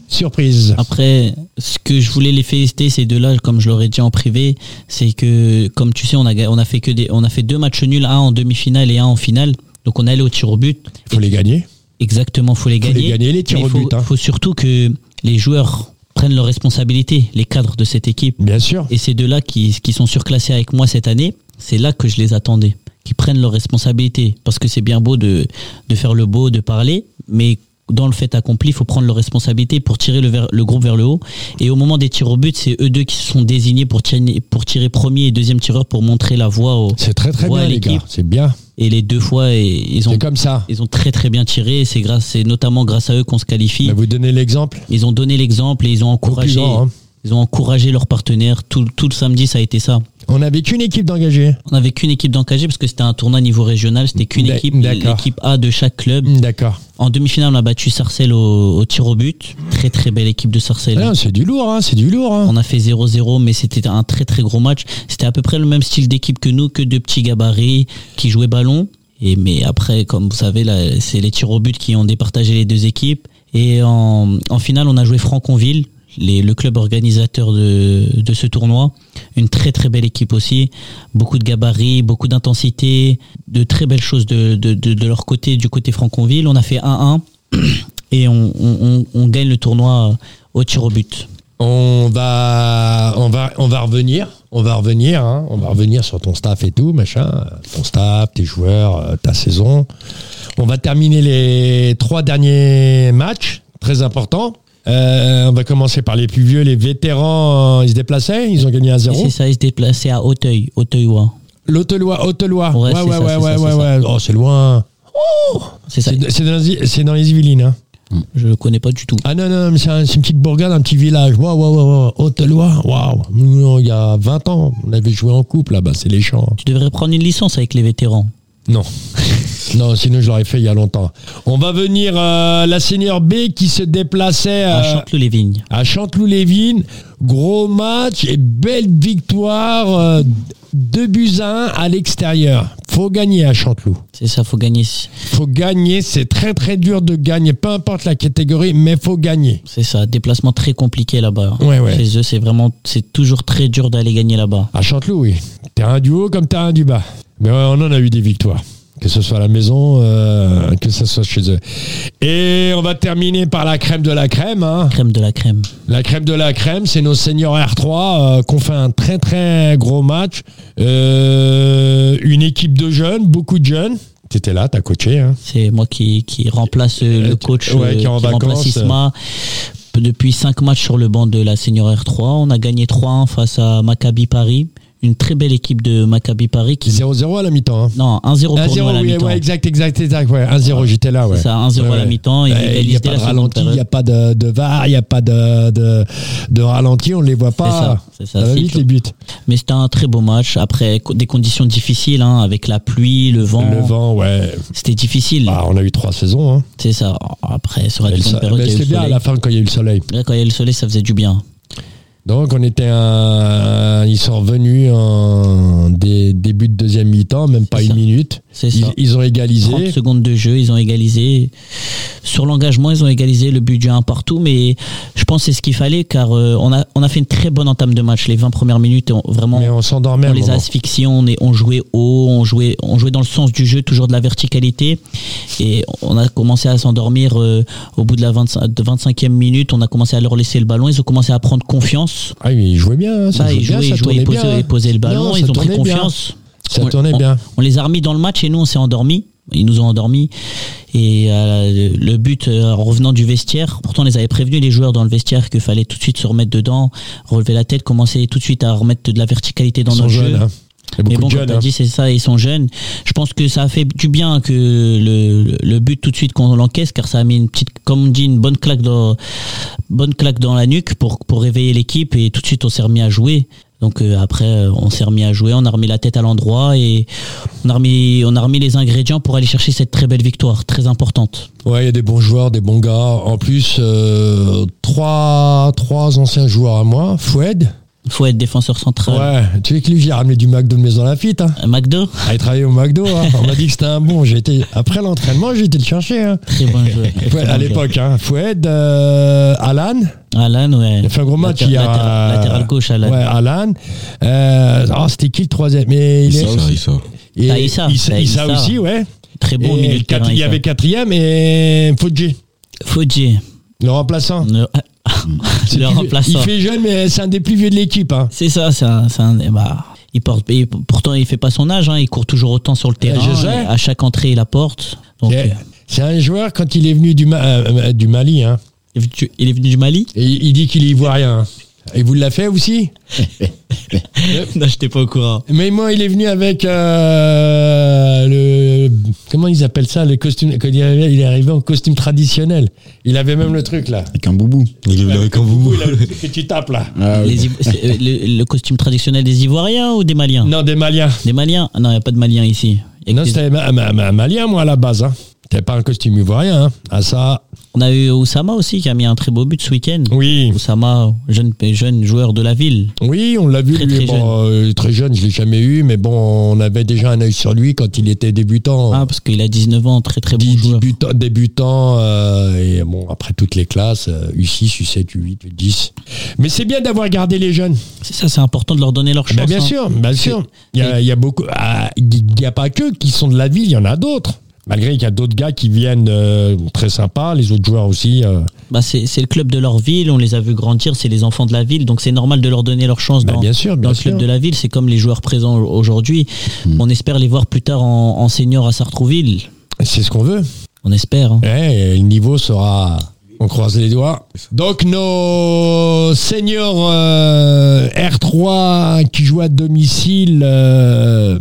surprise.
Ah. Après, ce que je voulais les féliciter, ces deux-là, comme je l'aurais dit en privé, c'est que, comme tu sais, on a, ga- on a fait que des, on a fait deux matchs nuls, un en demi-finale et un en finale. Donc on est allé au tir au but.
Il faut les gagner.
Exactement, faut les
Il faut
gagner.
les gagner, les tirs
Mais
au
faut,
but. hein.
faut surtout que les joueurs prennent leurs responsabilités, les cadres de cette équipe.
Bien sûr.
Et ces deux-là qui, qui sont surclassés avec moi cette année, c'est là que je les attendais, qui prennent leurs responsabilités. Parce que c'est bien beau de, de faire le beau, de parler, mais dans le fait accompli, il faut prendre leurs responsabilités pour tirer le, vers- le groupe vers le haut. Et au moment des tirs au but, c'est eux deux qui se sont désignés pour tirer, pour tirer premier et deuxième tireur pour montrer la voie. Au,
C'est très très
Ouais,
bien, les
l'équipe.
gars. C'est bien.
et les deux fois, et, ils, ont,
C'est comme ça.
ils ont très très bien tiré. Et C'est grâce- c'est notamment grâce à eux qu'on se qualifie.
Là, vous donnez l'exemple.
Ils ont donné l'exemple et ils ont
Au plus
encouragé,
grand, hein.
ils ont encouragé leurs partenaires. Tout, tout le samedi, ça a été ça.
On n'avait qu'une équipe d'engagés.
On n'avait qu'une équipe d'engagés parce que c'était un tournoi à niveau régional. C'était qu'une
D'a-
équipe,
d'accord.
l'équipe A de chaque club.
Hmm, D'accord.
En demi-finale, on a battu Sarcelles au, au tir au but. Très très belle équipe de Sarcelles.
Ah non, c'est du lourd, hein, c'est du lourd. hein.
On a fait 0-0, mais c'était un très très gros match. C'était à peu près le même style d'équipe que nous, que deux petits gabarits qui jouaient ballon. Et mais après, comme vous savez, là, c'est les tirs au but qui ont départagé les deux équipes. Et en, en finale, on a joué Franconville, les- le club organisateur de, de ce tournoi. Une très très belle équipe aussi. Beaucoup de gabarits, beaucoup d'intensité, de très belles choses de, de, de, de leur côté, du côté Franconville. On a fait 1-1 et on, on, on, on gagne le tournoi au tir au but.
On va, on va, on va revenir. On va revenir. hein. On va revenir sur ton staff et tout, machin. Ton staff, tes joueurs, euh, ta saison. On va terminer les trois derniers matchs, très importants. Euh, on va commencer par les plus vieux, les vétérans. euh, Ils se déplaçaient, ils ont gagné un
Et
0
C'est ça, ils se déplaçaient à Auteuil, Auteuillois.
L'Autelois, Autelois. Ouais,
Ouais, c'est
ouais, ouais,
ça, c'est
ouais,
ça,
ouais,
c'est
ouais. Oh, c'est loin.
C'est ça.
C'est c'est dans, les- c'est dans les Yvelines. hein.
Je le connais pas du tout.
Ah non, non, mais c'est un- c'est une petite bourgade, un petit village. Waouh, waouh, waouh, waouh. Haute-Loire, waouh. Nous, Il y a 20 ans, on avait joué en couple là-bas, c'est les champs. hein.
Tu devrais prendre une licence avec les vétérans.
Non. non, sinon je l'aurais fait il y a longtemps. On va venir euh, la seigneur B qui se déplaçait
À
euh,
Chanteloup les vignes.
à Chanteloup-Lévin. Gros match et belle victoire. euh, deux buts à un à l'extérieur. Faut gagner à Chanteloup.
C'est ça, faut gagner.
Faut gagner. C'est très très dur de gagner, peu importe la catégorie, mais faut gagner.
C'est ça, déplacement très compliqué là-bas.
Ouais, ouais.
Chez eux, c'est vraiment, c'est toujours très dur d'aller gagner là-bas.
À Chanteloup, oui. Terrain du haut comme terrain du bas. Mais ouais, on en a eu des victoires. Que ce soit à la maison, euh, que ce soit chez eux. Et on va terminer par la crème de la crème. hein.
Crème de la crème.
La crème de la crème, c'est nos seniors R3 euh, qui ont fait un très très gros match. Euh, une équipe de jeunes, beaucoup de jeunes. T'étais là, t'as coaché. Hein.
C'est moi qui, qui remplace euh,
Euh,
le
qui-
coach
ouais,
euh,
qui est en
remplace
vacances,
Isma. Depuis cinq matchs sur le banc de la Senior R3, on a gagné 3-1 face à Maccabi Paris. Une très belle équipe de Maccabi Paris qui.
0-0 à la mi-temps. hein.
Non, 1-0 pour nous à
1-0,
la
oui,
mi-temps.
ouais, exact, exact, exact. Ouais, 1-0, j'étais là. Ouais.
C'est ça, 1-0
Ouais,
à la
ouais.
mi-temps. Ils
Euh, Il n'y a
égalisaient
pas
la
de
seconde
ralenti, il
période.
n'y a pas de, de var, il n'y a pas de, de, de ralenti, on ne les voit pas.
C'est ça, c'est ça,
ça, va
c'est
vite
dur.
les buts.
Mais c'était un très beau match. Après, co- des conditions difficiles, hein, avec la pluie, le vent.
Le vent, ouais.
C'était difficile,
Bah, on a eu trois saisons. Hein.
c'est ça. Après, sur la
Mais le
seconde
so-
période,
mais
il y a eu le
C'était bien à
soleil.
la fin quand il y a eu le soleil.
Là, quand il y a eu le soleil, ça faisait du bien.
Donc on était un... Ils sont revenus en dé- début de deuxième mi-temps, même pas
C'est
une
ça.
minute.
C'est
Ils,
ça.
ils ont
30
égalisé.
secondes de jeu, ils ont égalisé. Sur l'engagement, ils ont égalisé le but du 1 partout, mais je pense que c'est ce qu'il fallait car euh, on, a, on a fait une très bonne entame de match. Les 20 premières minutes, on- vraiment,
Mais on s'endormait à
on
un
les a
moment.
asphyxiés, on, est, on jouait haut, on jouait, on jouait dans le sens du jeu, toujours de la verticalité. Et on a commencé à s'endormir euh, au bout de la 25, de 25e minute. On a commencé à leur laisser le ballon. Ils ont commencé à prendre confiance.
Ah oui, ils jouaient bien, hein, ça
Là,
jouait
Bah, ils
bien,
jouaient,
ça
ils jouaient,
tournait
ils posaient,
bien. hein.
ils posaient le ballon,
Non, ça
ils ont pris
tournait bien.
confiance.
Ça
On-
tournait
on-
bien.
On les a remis dans le match et nous, on s'est endormis. Ils nous ont endormis. Et euh, le but, euh, en revenant du vestiaire, pourtant on les avait prévenus, les joueurs dans le vestiaire, qu'il fallait tout de suite se remettre dedans, relever la tête, commencer tout de suite à remettre de la verticalité dans
Ils sont
notre jeu.
jeunes. hein. Il y a beaucoup
Mais bon,
de
comme
jeunes.
t'as
hein.
dit, c'est ça, ils sont jeunes. Je pense que ça a fait du bien que le, le but tout de suite qu'on l'encaisse, car ça a mis une petite comme on dit, une bonne claque dans, bonne claque dans la nuque pour, pour réveiller l'équipe et tout de suite on s'est remis à jouer. Donc euh, après euh, on s'est remis à jouer, on a remis la tête à l'endroit et on a remis on a remis les ingrédients pour aller chercher cette très belle victoire, très importante.
Ouais, il y a des bons joueurs, des bons gars. En plus, euh, trois, trois anciens joueurs à moi. Foued.
Il faut être défenseur central.
Ouais, tu sais que lui, j'ai ramené du McDo de Maison Lafitte. Hein.
Euh, McDo,
Ah, Il travaillait au McDo. hein. On m'a dit que c'était un bon. J'ai été, après l'entraînement, j'ai été le chercher. Hein.
très bon joueur. Très
Foued,
bon
à
joueur.
l'époque, hein. Foued, euh, Alan.
Alan, ouais.
Il a fait un gros match
Latéral-
hier.
latéral-
euh,
latéral gauche, Alan.
Ouais, Alan. Euh, ah, c'était qui le troisième Mais il est.
Issa, Issa.
et-
Ah, Issa.
Issa,
Ah, Issa.
Issa aussi, ouais.
Très bon
Et
milieu de
le
terrain.
quatri- il y
ça.
avait quatrième et Fodji,
Fodji,
le remplaçant.
le,
C'est
le
plus-
remplaçant.
Hmm. Il fait jeune, mais c'est un des plus vieux de l'équipe. hein.
C'est ça, c'est un, c'est un- eh ben, il porte, et pourtant il fait pas son âge, hein, il court toujours autant sur le terrain.
Eh, je sais.
et À chaque entrée, il apporte. Donc, euh,
C'est- C'est un joueur, quand il est venu du, Ma- euh, euh, du Mali, hein,
il est venu- il est venu du Mali
et il il dit qu'il est ivoirien. hein. Et vous l'a fait aussi
Non, j'étais pas au courant.
Mais moi, il est venu avec euh, le. Comment ils appellent ça Le costume. Quand il est arrivé- il est arrivé en costume traditionnel. Il avait même le truc, là.
Avec un boubou.
Il est venu avec un boubou.
Il a le truc que tu tapes, là.
Les Ivo- c'est, euh, le, le costume traditionnel des Ivoiriens ou des Maliens
Non, des Maliens.
Des Maliens Ah Non, il n'y a pas de Maliens ici. Y a que
Non,
des-
c'était ma- ma- ma- malien, moi, à la base. Hein. C'était pas un costume ivoirien. Hein. Ah, ça,
On a eu Oussama aussi qui a mis un très beau but ce week-end.
oui.
Oussama, jeune, jeune joueur de la ville.
Oui, on l'a vu,
Très,
lui,
très
bon, euh, très jeune, je l'ai jamais eu, mais bon, on avait déjà un œil sur lui quand il était débutant.
Ah, parce qu'il a 19 ans, très très bon
Dix-
joueur.
débutant, débutant euh, et bon, après toutes les classes, euh, U6, U7, U8, U10. Mais c'est bien d'avoir gardé les jeunes.
C'est ça, c'est important de leur donner leur chance.
Bah, bien
hein.
sûr, bien sûr. Il y a, il y a beaucoup, ah, il n'y a pas que qui sont de la ville, il y en a d'autres. Malgré qu'il y a d'autres gars qui viennent euh, très sympas, les autres joueurs aussi. euh,
Bah, c'est c'est le club de leur ville, on les a vus grandir, c'est les enfants de la ville, donc c'est normal de leur donner leur chance
bah,
dans,
bien sûr,
dans
bien
le
sûr. Hmm.
club de la ville. C'est comme les joueurs présents au- aujourd'hui. On espère les voir plus tard en, en senior à Sartrouville.
C'est ce qu'on veut.
On espère. hein.
Ouais, et le niveau sera. On croise les doigts. Donc nos seniors euh, R3 qui jouent à domicile euh,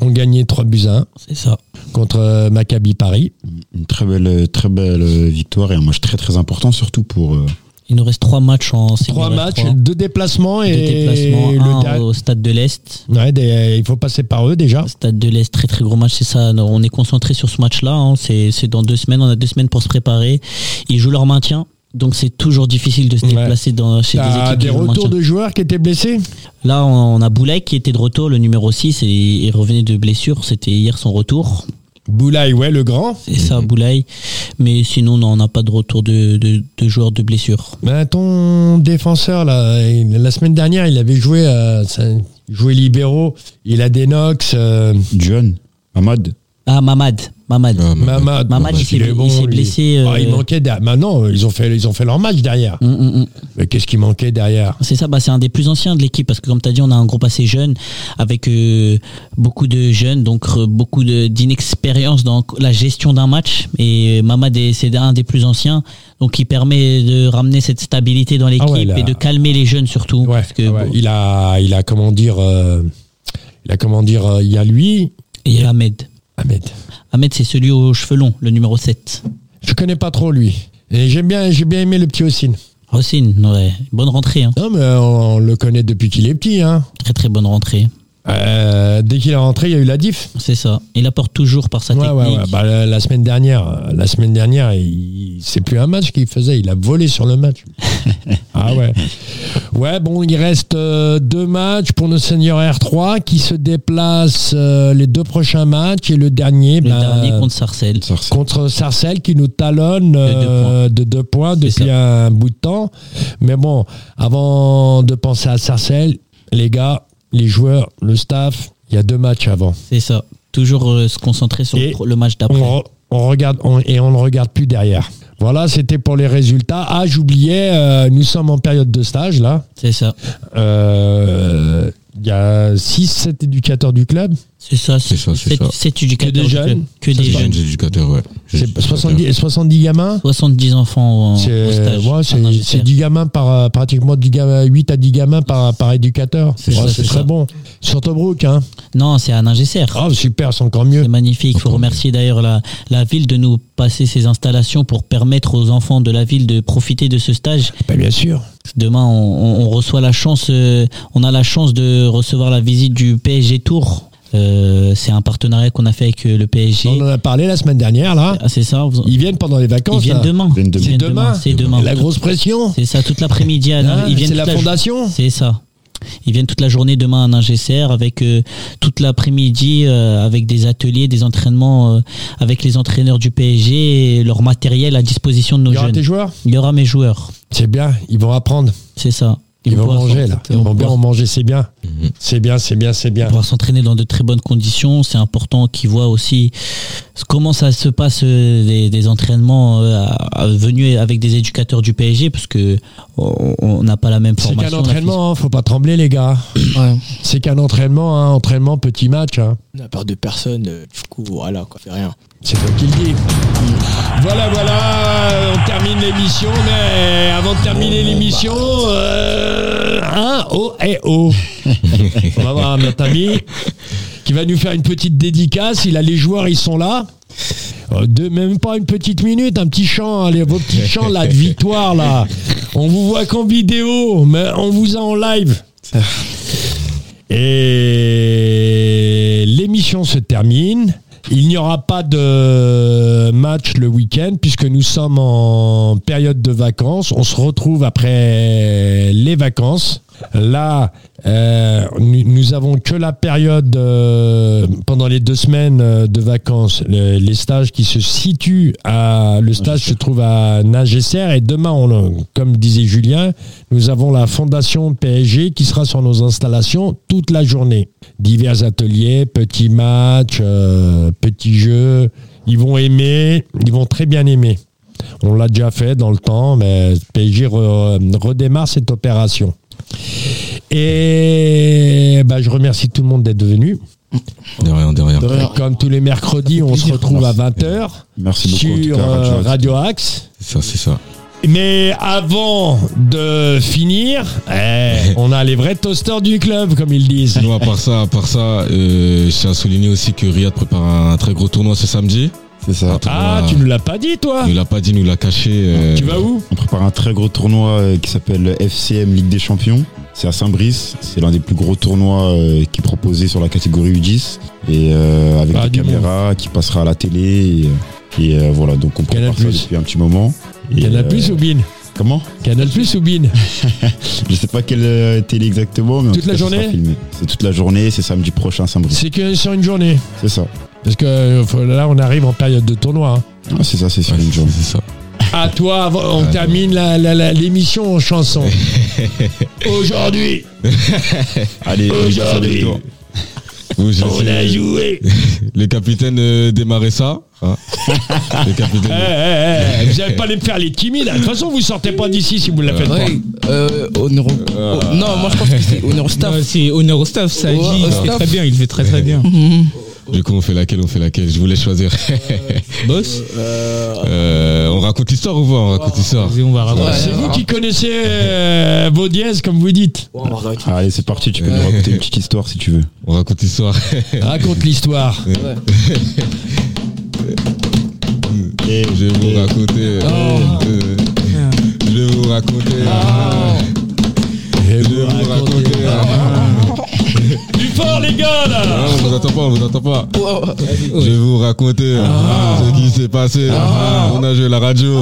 ont gagné 3 buts à 1
C'est ça.
contre euh, Maccabi Paris.
Une très belle, très belle euh, victoire et un match très très important, surtout pour. euh,
Il nous reste trois matchs en senior.
Trois
F3.
matchs, deux déplacements
Deux
et
déplacements,
le
un
dernier-
au stade de l'Est.
Ouais, des- il faut passer par eux déjà.
Stade de l'Est, très très gros match, c'est ça. On est concentré sur ce match-là. hein. C'est c'est dans deux semaines, on a deux semaines pour se préparer. Ils jouent leur maintien, donc c'est toujours difficile de se
Ouais.
déplacer dans, chez des
T'as
équipes qui
des
jouent le
retours
maintien.
de joueurs qui étaient blessés
Là, on on a Boulay qui était de retour, le numéro 6, et il revenait de blessure. C'était hier son retour.
Boulaye, ouais, le grand.
C'est ça, Boulay. Mais sinon, non, on n'a pas de retour de, de, de joueurs de blessure.
Ben, ton défenseur, là, il- la semaine dernière, il avait joué, euh, ça- joué libéraux. Il a des nox. euh,
John, Ahmad.
Ah, Mamad. Mamad.
Ah, mais-
Mamad,
Mamad, il s'est-
est
il s'est
lui.
blessé, euh,
Ah, il manquait derrière. Maintenant, ils ont fait, ils ont fait leur match derrière.
Hum, hum, hum.
Mais qu'est-ce qui manquait derrière
C'est ça, bah, c'est un des plus anciens de l'équipe parce que comme tu as dit, on a un groupe assez jeune avec euh, beaucoup de jeunes, donc euh, beaucoup de- d'inexpérience dans la gestion d'un match. Et Mamad, est- c'est un des plus anciens, donc il permet de ramener cette stabilité dans l'équipe
Ah là.
et de calmer les jeunes surtout.
Ouais,
parce que,
ouais.
bon,
Il a, il a comment dire, euh, il a comment dire, euh, il y a lui,
et il y a Ahmed.
Ahmed.
Ahmed, c'est celui aux cheveux longs, le numéro 7.
Je connais pas trop lui. Et j'aime bien, j'ai bien aimé le petit Ossine.
Rossine, ouais. Bonne rentrée, hein.
Non, mais on, on le connaît depuis qu'il est petit. Hein.
Très très bonne rentrée.
Euh, dès qu'il est rentré, il y a eu la diff.
C'est ça. Il apporte toujours par sa
Ouais,
technique.
ouais, ouais. Bah, la, la semaine dernière, euh, la semaine dernière, il- c'est plus un match qu'il faisait, il a volé sur le match. ah ouais. Ouais, bon, il reste euh, deux matchs pour nos seniors R3 qui se déplacent euh, les deux prochains matchs et le dernier,
Le
bah,
dernier
contre...
contre Sarcelles.
Sarcelles.
Sarcelles qui nous talonne
deux
euh, de deux points
C'est
depuis un bout de temps. Mais bon, avant de penser à Sarcelles, les gars, les joueurs, le staff, il y a deux matchs avant.
C'est ça. Toujours euh, se concentrer sur
Et
le, le match d'après.
on, re- on regarde on- et on ne regarde plus derrière. Voilà, c'était pour les résultats. Ah, j'oubliais, euh, nous sommes en période de stage là.
C'est ça.
Euh, il y a 6-7 éducateurs du club.
C'est ça, c'est
C'est ça, c'est
c'est-
ça.
c'est éducateur
Que des
du
jeunes.
club. Que des
J'ai
jeunes.
des éducateurs, ouais. J'ai
C'est
des éducateurs.
70, 70 gamins.
70 enfants en, au
C'est
stage.
ouais, c'est-
en
c'est
Angleterre.
10 gamins par euh, pratiquement 10 gamins, 8 à 10 gamins par, par éducateur.
C'est
Ouais,
ça,
C'est
c'est
très
ça.
bon. Sur Tobruk, hein.
Non, c'est à Ningesser.
Ah, super, c'est encore mieux.
C'est magnifique. Il faut
Encore
remercier d'ailleurs la, la ville de nous passer ces installations pour permettre aux enfants de la ville de profiter de ce stage.
Bah, bien sûr.
Demain, on, on- on reçoit la chance, euh, on a la chance de recevoir la visite du PSG Tour. Euh, c'est un partenariat qu'on a fait avec euh, le PSG.
On en a parlé la semaine dernière, là.
Ah, c'est ça. vous-
Oh Ils viennent pendant les
ils
vacances.
viennent
là.
demain.
Ils viennent demain.
Ils viennent
C'est demain.
C'est demain.
La grosse pression.
C'est ça, toute l'après-midi. à-
hein,
ils viennent
C'est la
toute la-
fondation.
C'est ça. Ils viennent toute la journée demain à Ningesser avec euh, toute l'après-midi euh, avec des ateliers, des entraînements euh, avec les entraîneurs du PSG et leur matériel à disposition de nos
Il y aura
jeunes.
tes joueurs.
Il y aura mes joueurs,
C'est bien, ils vont apprendre.
c'est ça.
Ils, vont
pouvoir-
manger, là. Ils
vont
vont bien
pouvoir-
en manger, c'est bien.
Mhm.
C'est bien, c'est bien, c'est bien.
pouvoir s'entraîner dans de très bonnes conditions. C'est important qu'ils voient aussi comment ça se passe euh, des, des entraînements euh, à- à- venus avec des éducateurs du PSG parce que on on n'a pas la même
C'est
formation.
qu'un
la
entraînement, hein, faut pas trembler, les gars.
Ouais.
C'est qu'un entraînement, hein, entraînement, petit match. hein.
On a peur de personne, euh, du coup, voilà, quoi, fait rien.
C'est toi qui le dis. Voilà, voilà, euh, on termine l'émission, mais avant de terminer l'émission, euh, un oh et oh. on va voir notre ami qui va nous faire une petite dédicace. Il a les joueurs, ils sont là. Euh, deux- même pas une petite minute, un petit chant, allez, vos petits chants là de victoire là. On vous voit qu'en vidéo, mais on vous a en live. Et l'émission se termine. Il n'y aura pas de match le week-end puisque nous sommes en période de vacances. On se retrouve après les vacances. Là, euh, nous, nous avons que la période euh, pendant les deux semaines euh, de vacances, le- les stages qui se situent à le stage se trouve à Nagesser et demain, on, comme disait Julien, nous avons la fondation PSG qui sera sur nos installations toute la journée. Divers ateliers, petits matchs, euh, petits jeux. Ils vont aimer, ils vont très bien aimer. On l'a déjà fait dans le temps, mais PSG re- redémarre cette opération. Et bah, je remercie tout le monde d'être venu.
De rien, de rien.
Comme tous les mercredis, on se retrouve à 20h
Merci beaucoup. en tout
sur euh,
cas, Radio Axe.
Radio Axe.
C'est ça, c'est ça.
Mais avant de finir, eh, on a les vrais toasters du club, comme ils disent.
Sinon, à part ça, à part ça, euh, je tiens à souligner aussi que Riyad prépare un très gros tournoi ce samedi.
C'est ça.
Ah,
Tournoi-
tu nous l'as pas dit, toi
il nous l'a pas dit, il nous l'a caché. euh,
Tu vas où
On prépare un très gros tournoi euh, qui s'appelle le FCM Ligue des Champions. C'est à Saint-Brice. C'est l'un des plus gros tournois euh, qui est proposé sur la catégorie U10. Et euh, avec
Ah,
des
du monde.
caméras qui passera à la télé. Et, et, euh, voilà, donc on
Canal+.
prépare ça depuis un petit moment. Et,
Canal
euh,
Plus ou Bin
Comment
Canal Plus ou Bin
Je sais pas quelle euh, télé exactement, mais en
Toute
tout
la
cas, ça sera
journée
filmé. C'est toute la journée, c'est samedi prochain à Saint-Brice.
C'est que sur une journée.
C'est ça.
Parce que euh, faut- là, on arrive en période de tournoi. hein.
Ah, c'est ça, c'est sur
ouais,
une journée.
c'est ça.
À toi, avant- on
Ah,
termine la- la- la- l'émission en chanson. Aujourd'hui,
Allez, on y va, ça
Aujourd'hui.
détourne.
Oui, je
on
sais.
a joué. Eh,
Le capitaine euh, démarrait ça. hein. le capitaine.
eh, eh, vous n'allez pas les faire les timides. De toute façon, vous sortez pas d'ici si vous ne la faites pas.
Ouais, euh, honneur au- oh, non, moi je pense que c'est honneur au staff.
Non, c'est honneur au staff, ça
Ouais,
agit,
au
il fait
staff.
très bien, il fait très très bien.
Mhm.
euh, Du coup, on fait laquelle, on fait laquelle. Je voulais choisir.
Boss,
Euh, on raconte l'histoire ou pas On raconte l'histoire.
vas-y, on va
Ouais,
raconter.
C'est vous
alors.
qui connaissez euh, vos dièses, comme vous dites.
Ouais, on va regarder.
Allez, c'est parti, tu peux nous raconter une petite histoire si tu veux.
On raconte l'histoire.
Raconte l'histoire.
Je vais vous raconter.
Oh.
Euh, je vais vous raconter.
Oh.
Je vais vous raconter.
Plus fort, les gars, là
Ah, on vous attend pas, on vous attend pas. Je vais vous raconter hein, ce qui s'est passé. Ah. On a joué la radio,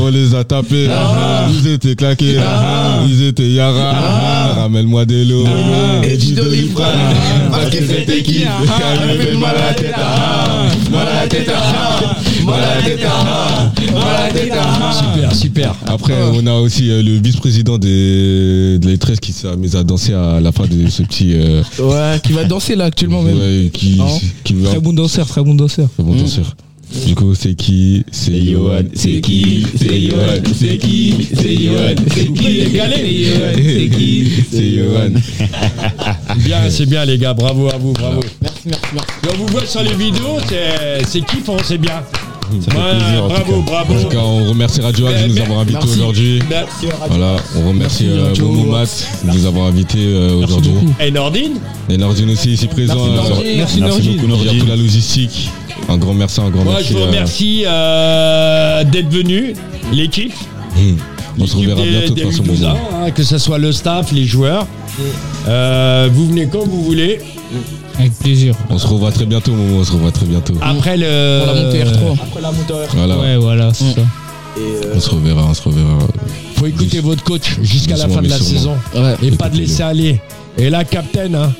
on les a tapés. Ah. Ils étaient claqués, Ah. ils étaient yara. Ah. Ramène-moi des lots Ah. et du doliprane. Ah. Parce que c'était qui Ah. qui avait fait mal à la tête. ah, Mal à la tête, ah, mal à la tête, ah, mal à la tête, ah.
Super, super.
Après, on a aussi euh, le vice-président des, de l'E13 qui s'est amusé à danser à la fin de ce petit. euh,
Ouais, qui va danser là actuellement même.
ouais, qui,
Non.
qui veut un
Très bon danseur, très bon danseur.
c'est bon, bien sûr. Du coup, c'est qui C'est Johan. C'est qui C'est Johan. C'est qui C'est Johan. C'est qui C'est Johan. C'est qui C'est Johan.
Bien, c'est bien les gars, bravo à vous, bravo.
Merci, merci, merci.
Et on vous voit sur les vidéos, c'est c'est kiffant, hein, c'est bien.
Ça fait
Voilà,
plaisir en tout
bravo,
cas.
bravo.
En tout cas, on remercie Radio Axe de nous avoir invités
Merci.
aujourd'hui.
Merci, Radio.
Voilà, on remercie
Merci,
euh,
Radio
Momo
Axe.
Mat de nous avoir invités euh, aujourd'hui.
Et Nordine
Et Nordine aussi ici présent.
Merci,
euh,
Nordine.
sur-
Merci,
merci
Nordine.
beaucoup Nordine. Pour la logistique. Un grand merci, un grand
Moi,
merci.
je vous
euh,
remercie euh, d'être venu, l'équipe.
hum. On se
l'équipe
reverra
des-
bientôt de
des
toute façon,
U12,
Momo.
hein, que ce soit le staff, les joueurs. Euh, vous venez quand vous voulez.
Avec plaisir.
On se revoit très bientôt, Momo. On se revoit très bientôt.
Après le.
Pour la montée R3.
Après la montée en R,
Voilà,
Ouais, voilà, c'est ça.
et, euh,
on se reverra, on se reverra.
Faut écouter votre coach jusqu'à la
Doucement,
fin de
mais
la
sûrement.
saison.
Ouais.
Et pas de laisser aller. Et là, capitaine, hein.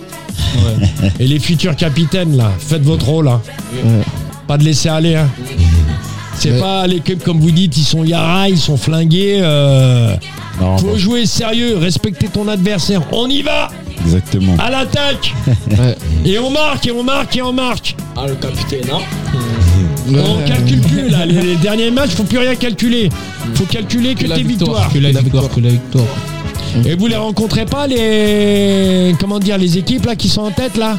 Et les futurs capitaines, là, faites votre rôle, hein.
Ouais.
Pas de laisser aller, hein. C'est
Ouais.
pas l'équipe, comme vous dites, ils sont yara, ils sont flingués. euh,
Non,
Faut
bah,
jouer sérieux, respecter ton adversaire. On y va
exactement.
À l'attaque
Ouais.
Et on marque, et on marque, et on marque
ah, le capitaine, hein.
Oh,
On
Ouais.
calcule plus, là. Les, les derniers matchs, faut plus rien calculer. Faut calculer que,
la
tes victoires.
Que la victoire, que la victoire.
Et vous les rencontrez pas les comment dire les équipes là qui sont en tête là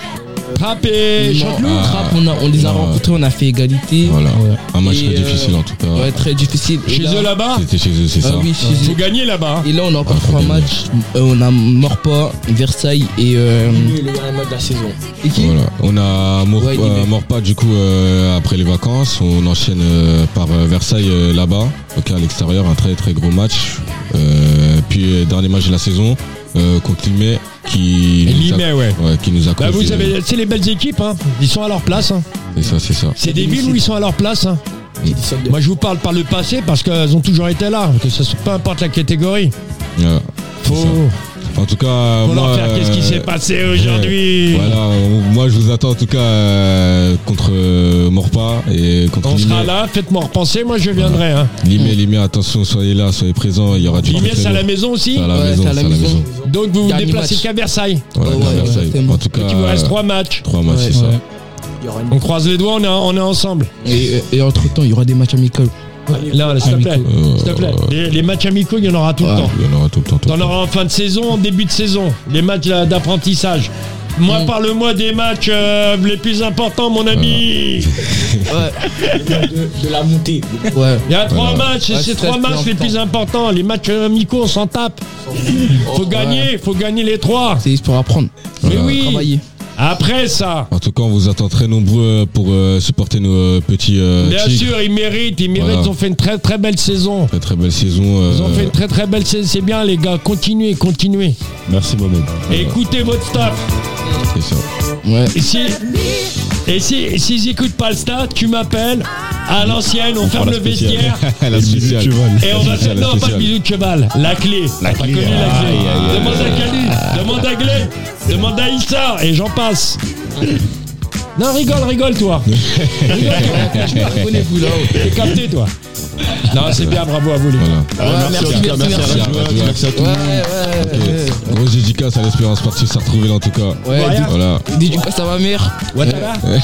Trappé,
Non,
Chanteloup
Ah,
on trappe, on, a- on les a
Non.
rencontrés, on a fait égalité.
Voilà,
Ouais.
un match
Et,
très
euh,
difficile en tout cas.
Ouais, très difficile. Et
Chez
là-
eux là-bas,
C'était chez eux, c'est
Ah
ça.
oui, chez
faut
eux.
gagner là-bas. hein?
Et là, on a encore
Ah, faut
trois
gagner.
matchs. Euh, on a Morpa, Versailles et. euh,
Lui, le dernier match de la saison.
et qui
Voilà. On a Mor-
Ouais, il
euh,
est-
Morpa du coup euh, après les vacances. On enchaîne euh, par euh, Versailles euh, là-bas. Ok à l'extérieur, un très très gros match. Euh, puis euh, dernier match de la saison euh, contre Limay qui, nous a-
Limay, ouais.
ouais, qui nous a
Bah,
causé-
vous avez, c'est les belles équipes, hein. ils sont à leur place. hein.
C'est ça, c'est ça.
C'est des villes où ils sont à leur place. hein.
Ils sont de-
Moi je vous parle par le passé parce qu'elles ont toujours été là, que ce soit peu importe la catégorie.
Ouais. C'est
Faut,
ça. En tout cas,
faut
moi,
leur faire qu'est-ce qui
euh,
s'est passé aujourd'hui.
Voilà, on- moi je vous attends en tout cas euh, contre euh, Morpa et contre
On sera
Limay.
là, faites-moi repenser, moi je viendrai. Hein.
Limay, Limay, attention, soyez là, soyez présents, il y aura du
Limay,
très, très
c'est à
bon.
la maison aussi.
C'est à la
Ouais,
maison,
c'est à la
c'est à la
maison.
maison.
Donc vous vous
Dernier
déplacez
match.
qu'à Versailles.
Voilà,
Ouais, ouais,
Versailles.
exactement.
En tout cas,
Donc il vous reste trois matchs.
trois matchs, c'est ça.
Ouais.
Il y aura une
On croise les doigts, on est, on est ensemble.
Et, euh, et entre temps, il y aura des matchs amicaux.
Là, s'il te plaît.
Euh,
S'il te plaît. Les, les matchs amicaux, il y en aura tout le
Ouais.
temps.
Il y en aura tout le temps. tout
T'en
le temps.
auras en fin de saison, en début de saison. Les matchs euh, d'apprentissage. Moi,
Mm.
parle-moi des matchs euh, les plus importants, mon ami.
de, de la montée.
Ouais.
Il y a trois matchs, et
Ouais,
c'est
c'est
trois
très
matchs les
important.
plus importants. Les matchs euh, amicaux, on s'en tape.
Oh,
Faut gagner, faut gagner les trois.
C'est juste pour apprendre,
Mais
Voilà.
oui,
travailler.
après ça.
En tout cas, on vous attend très nombreux pour euh, supporter nos euh, petits euh,
Bien
Tigres.
sûr, ils méritent, ils méritent.
Voilà.
Ils ont fait une très très belle saison.
Très très belle saison.
Ils ont
euh,
fait une très très belle saison. C'est bien, les gars. Continuez, continuez.
Merci, Mohamed.
Et Écoutez votre staff.
C'est ça.
Ouais.
Et si, et si, si j'écoute pas le stade, tu m'appelles à l'ancienne, on, ferme
fera
le
la spéciale.
vestiaire
La Oh, spéciale.
et on va
La
faire.
spéciale, la
Non, pas de
spéciale.
bisous de cheval, la clé. La clé. Connu, la clé. demande à Cali, demande à Glé, demande à Issa et j'en passe. Non, rigole, rigole, toi. rigole, toi. Je me reconnais, vous là T'es capté, toi. Non, c'est bien, bravo à vous, les gars.
Voilà.
merci, merci,
Merci
merci.
à Radio Axe.
Ouais, ouais, ouais.
Ok. Grosse dédicace à l'espérance sportive Sartrouville en tout cas.
Ouais,
Voilà.
dis-
Voilà.
dis du casse à ma mère.
Ouattara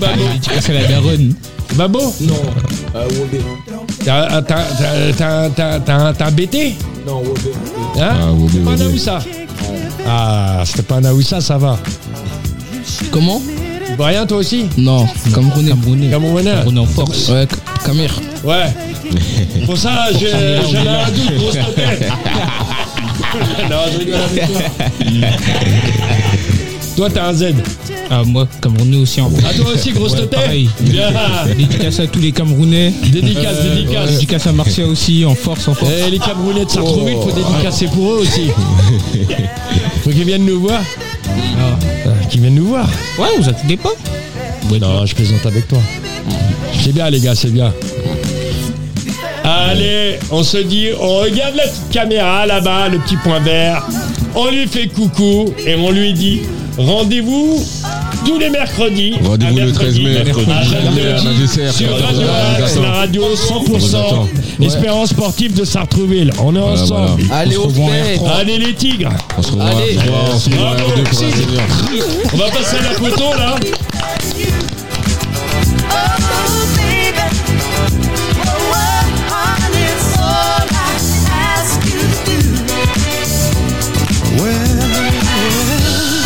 Babo
Dédicace à la daronne.
Babo
Non, euh, Wobé.
T'as t'as- t'as- t'as- t'as- t'as- t'as un BT
Non, Wobé.
Hein
Ah, vous
C'était pas un
oubliez.
Aoussa. Ah, c'était pas un Aoussa, ça va.
Comment
Rien, toi aussi
Non, Camerounais. Camerounais.
Camerounais
On est en force.
Ouais, Camère.
Ouais. Pour ça, j'ai- j'avais un doute, grosse tête. Non, je rigole avec toi. Toi, t'as un Z.
Ah, moi, Camerounais aussi en force.
À toi aussi, grosse
Ouais,
tête.
pareil.
Bien.
Dédicace à tous les Camerounais. Euh,
Dédicace, dédicace.
Dédicace à Martia aussi, en force, en force.
Eh, les Camerounais de Sartrouville, faut dédicacer pour eux aussi. Faut qu'ils viennent nous voir. Ah, Qu'ils viennent nous voir.
Ouais, vous attendez pas
non, je plaisante avec toi. C'est bien, les gars, c'est bien. Allez, on se dit, on regarde la petite caméra là-bas, le petit point vert. On lui fait coucou et on lui dit rendez-vous tous les mercredis.
Rendez-vous
à
le 13 mai.
mercredi, à
Mercredi, à
22,
Magicère,
Sur
14,
Radio
on vous
Axe,
attend.
la radio
vous
100%.
attend.
Espérance sportive de Sartrouville. On est
Voilà,
ensemble.
voilà.
Allez, au fait.
Allez les tigres
On se revoit à
Allez.
Troyes, on se revoit à
Bravo.
R2 pour la senior.
On va passer à la photo là
Well, well,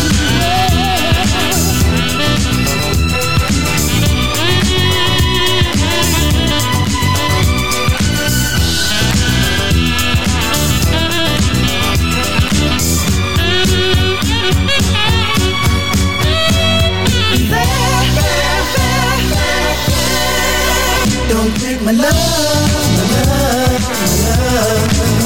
don't take my love, my love, my love.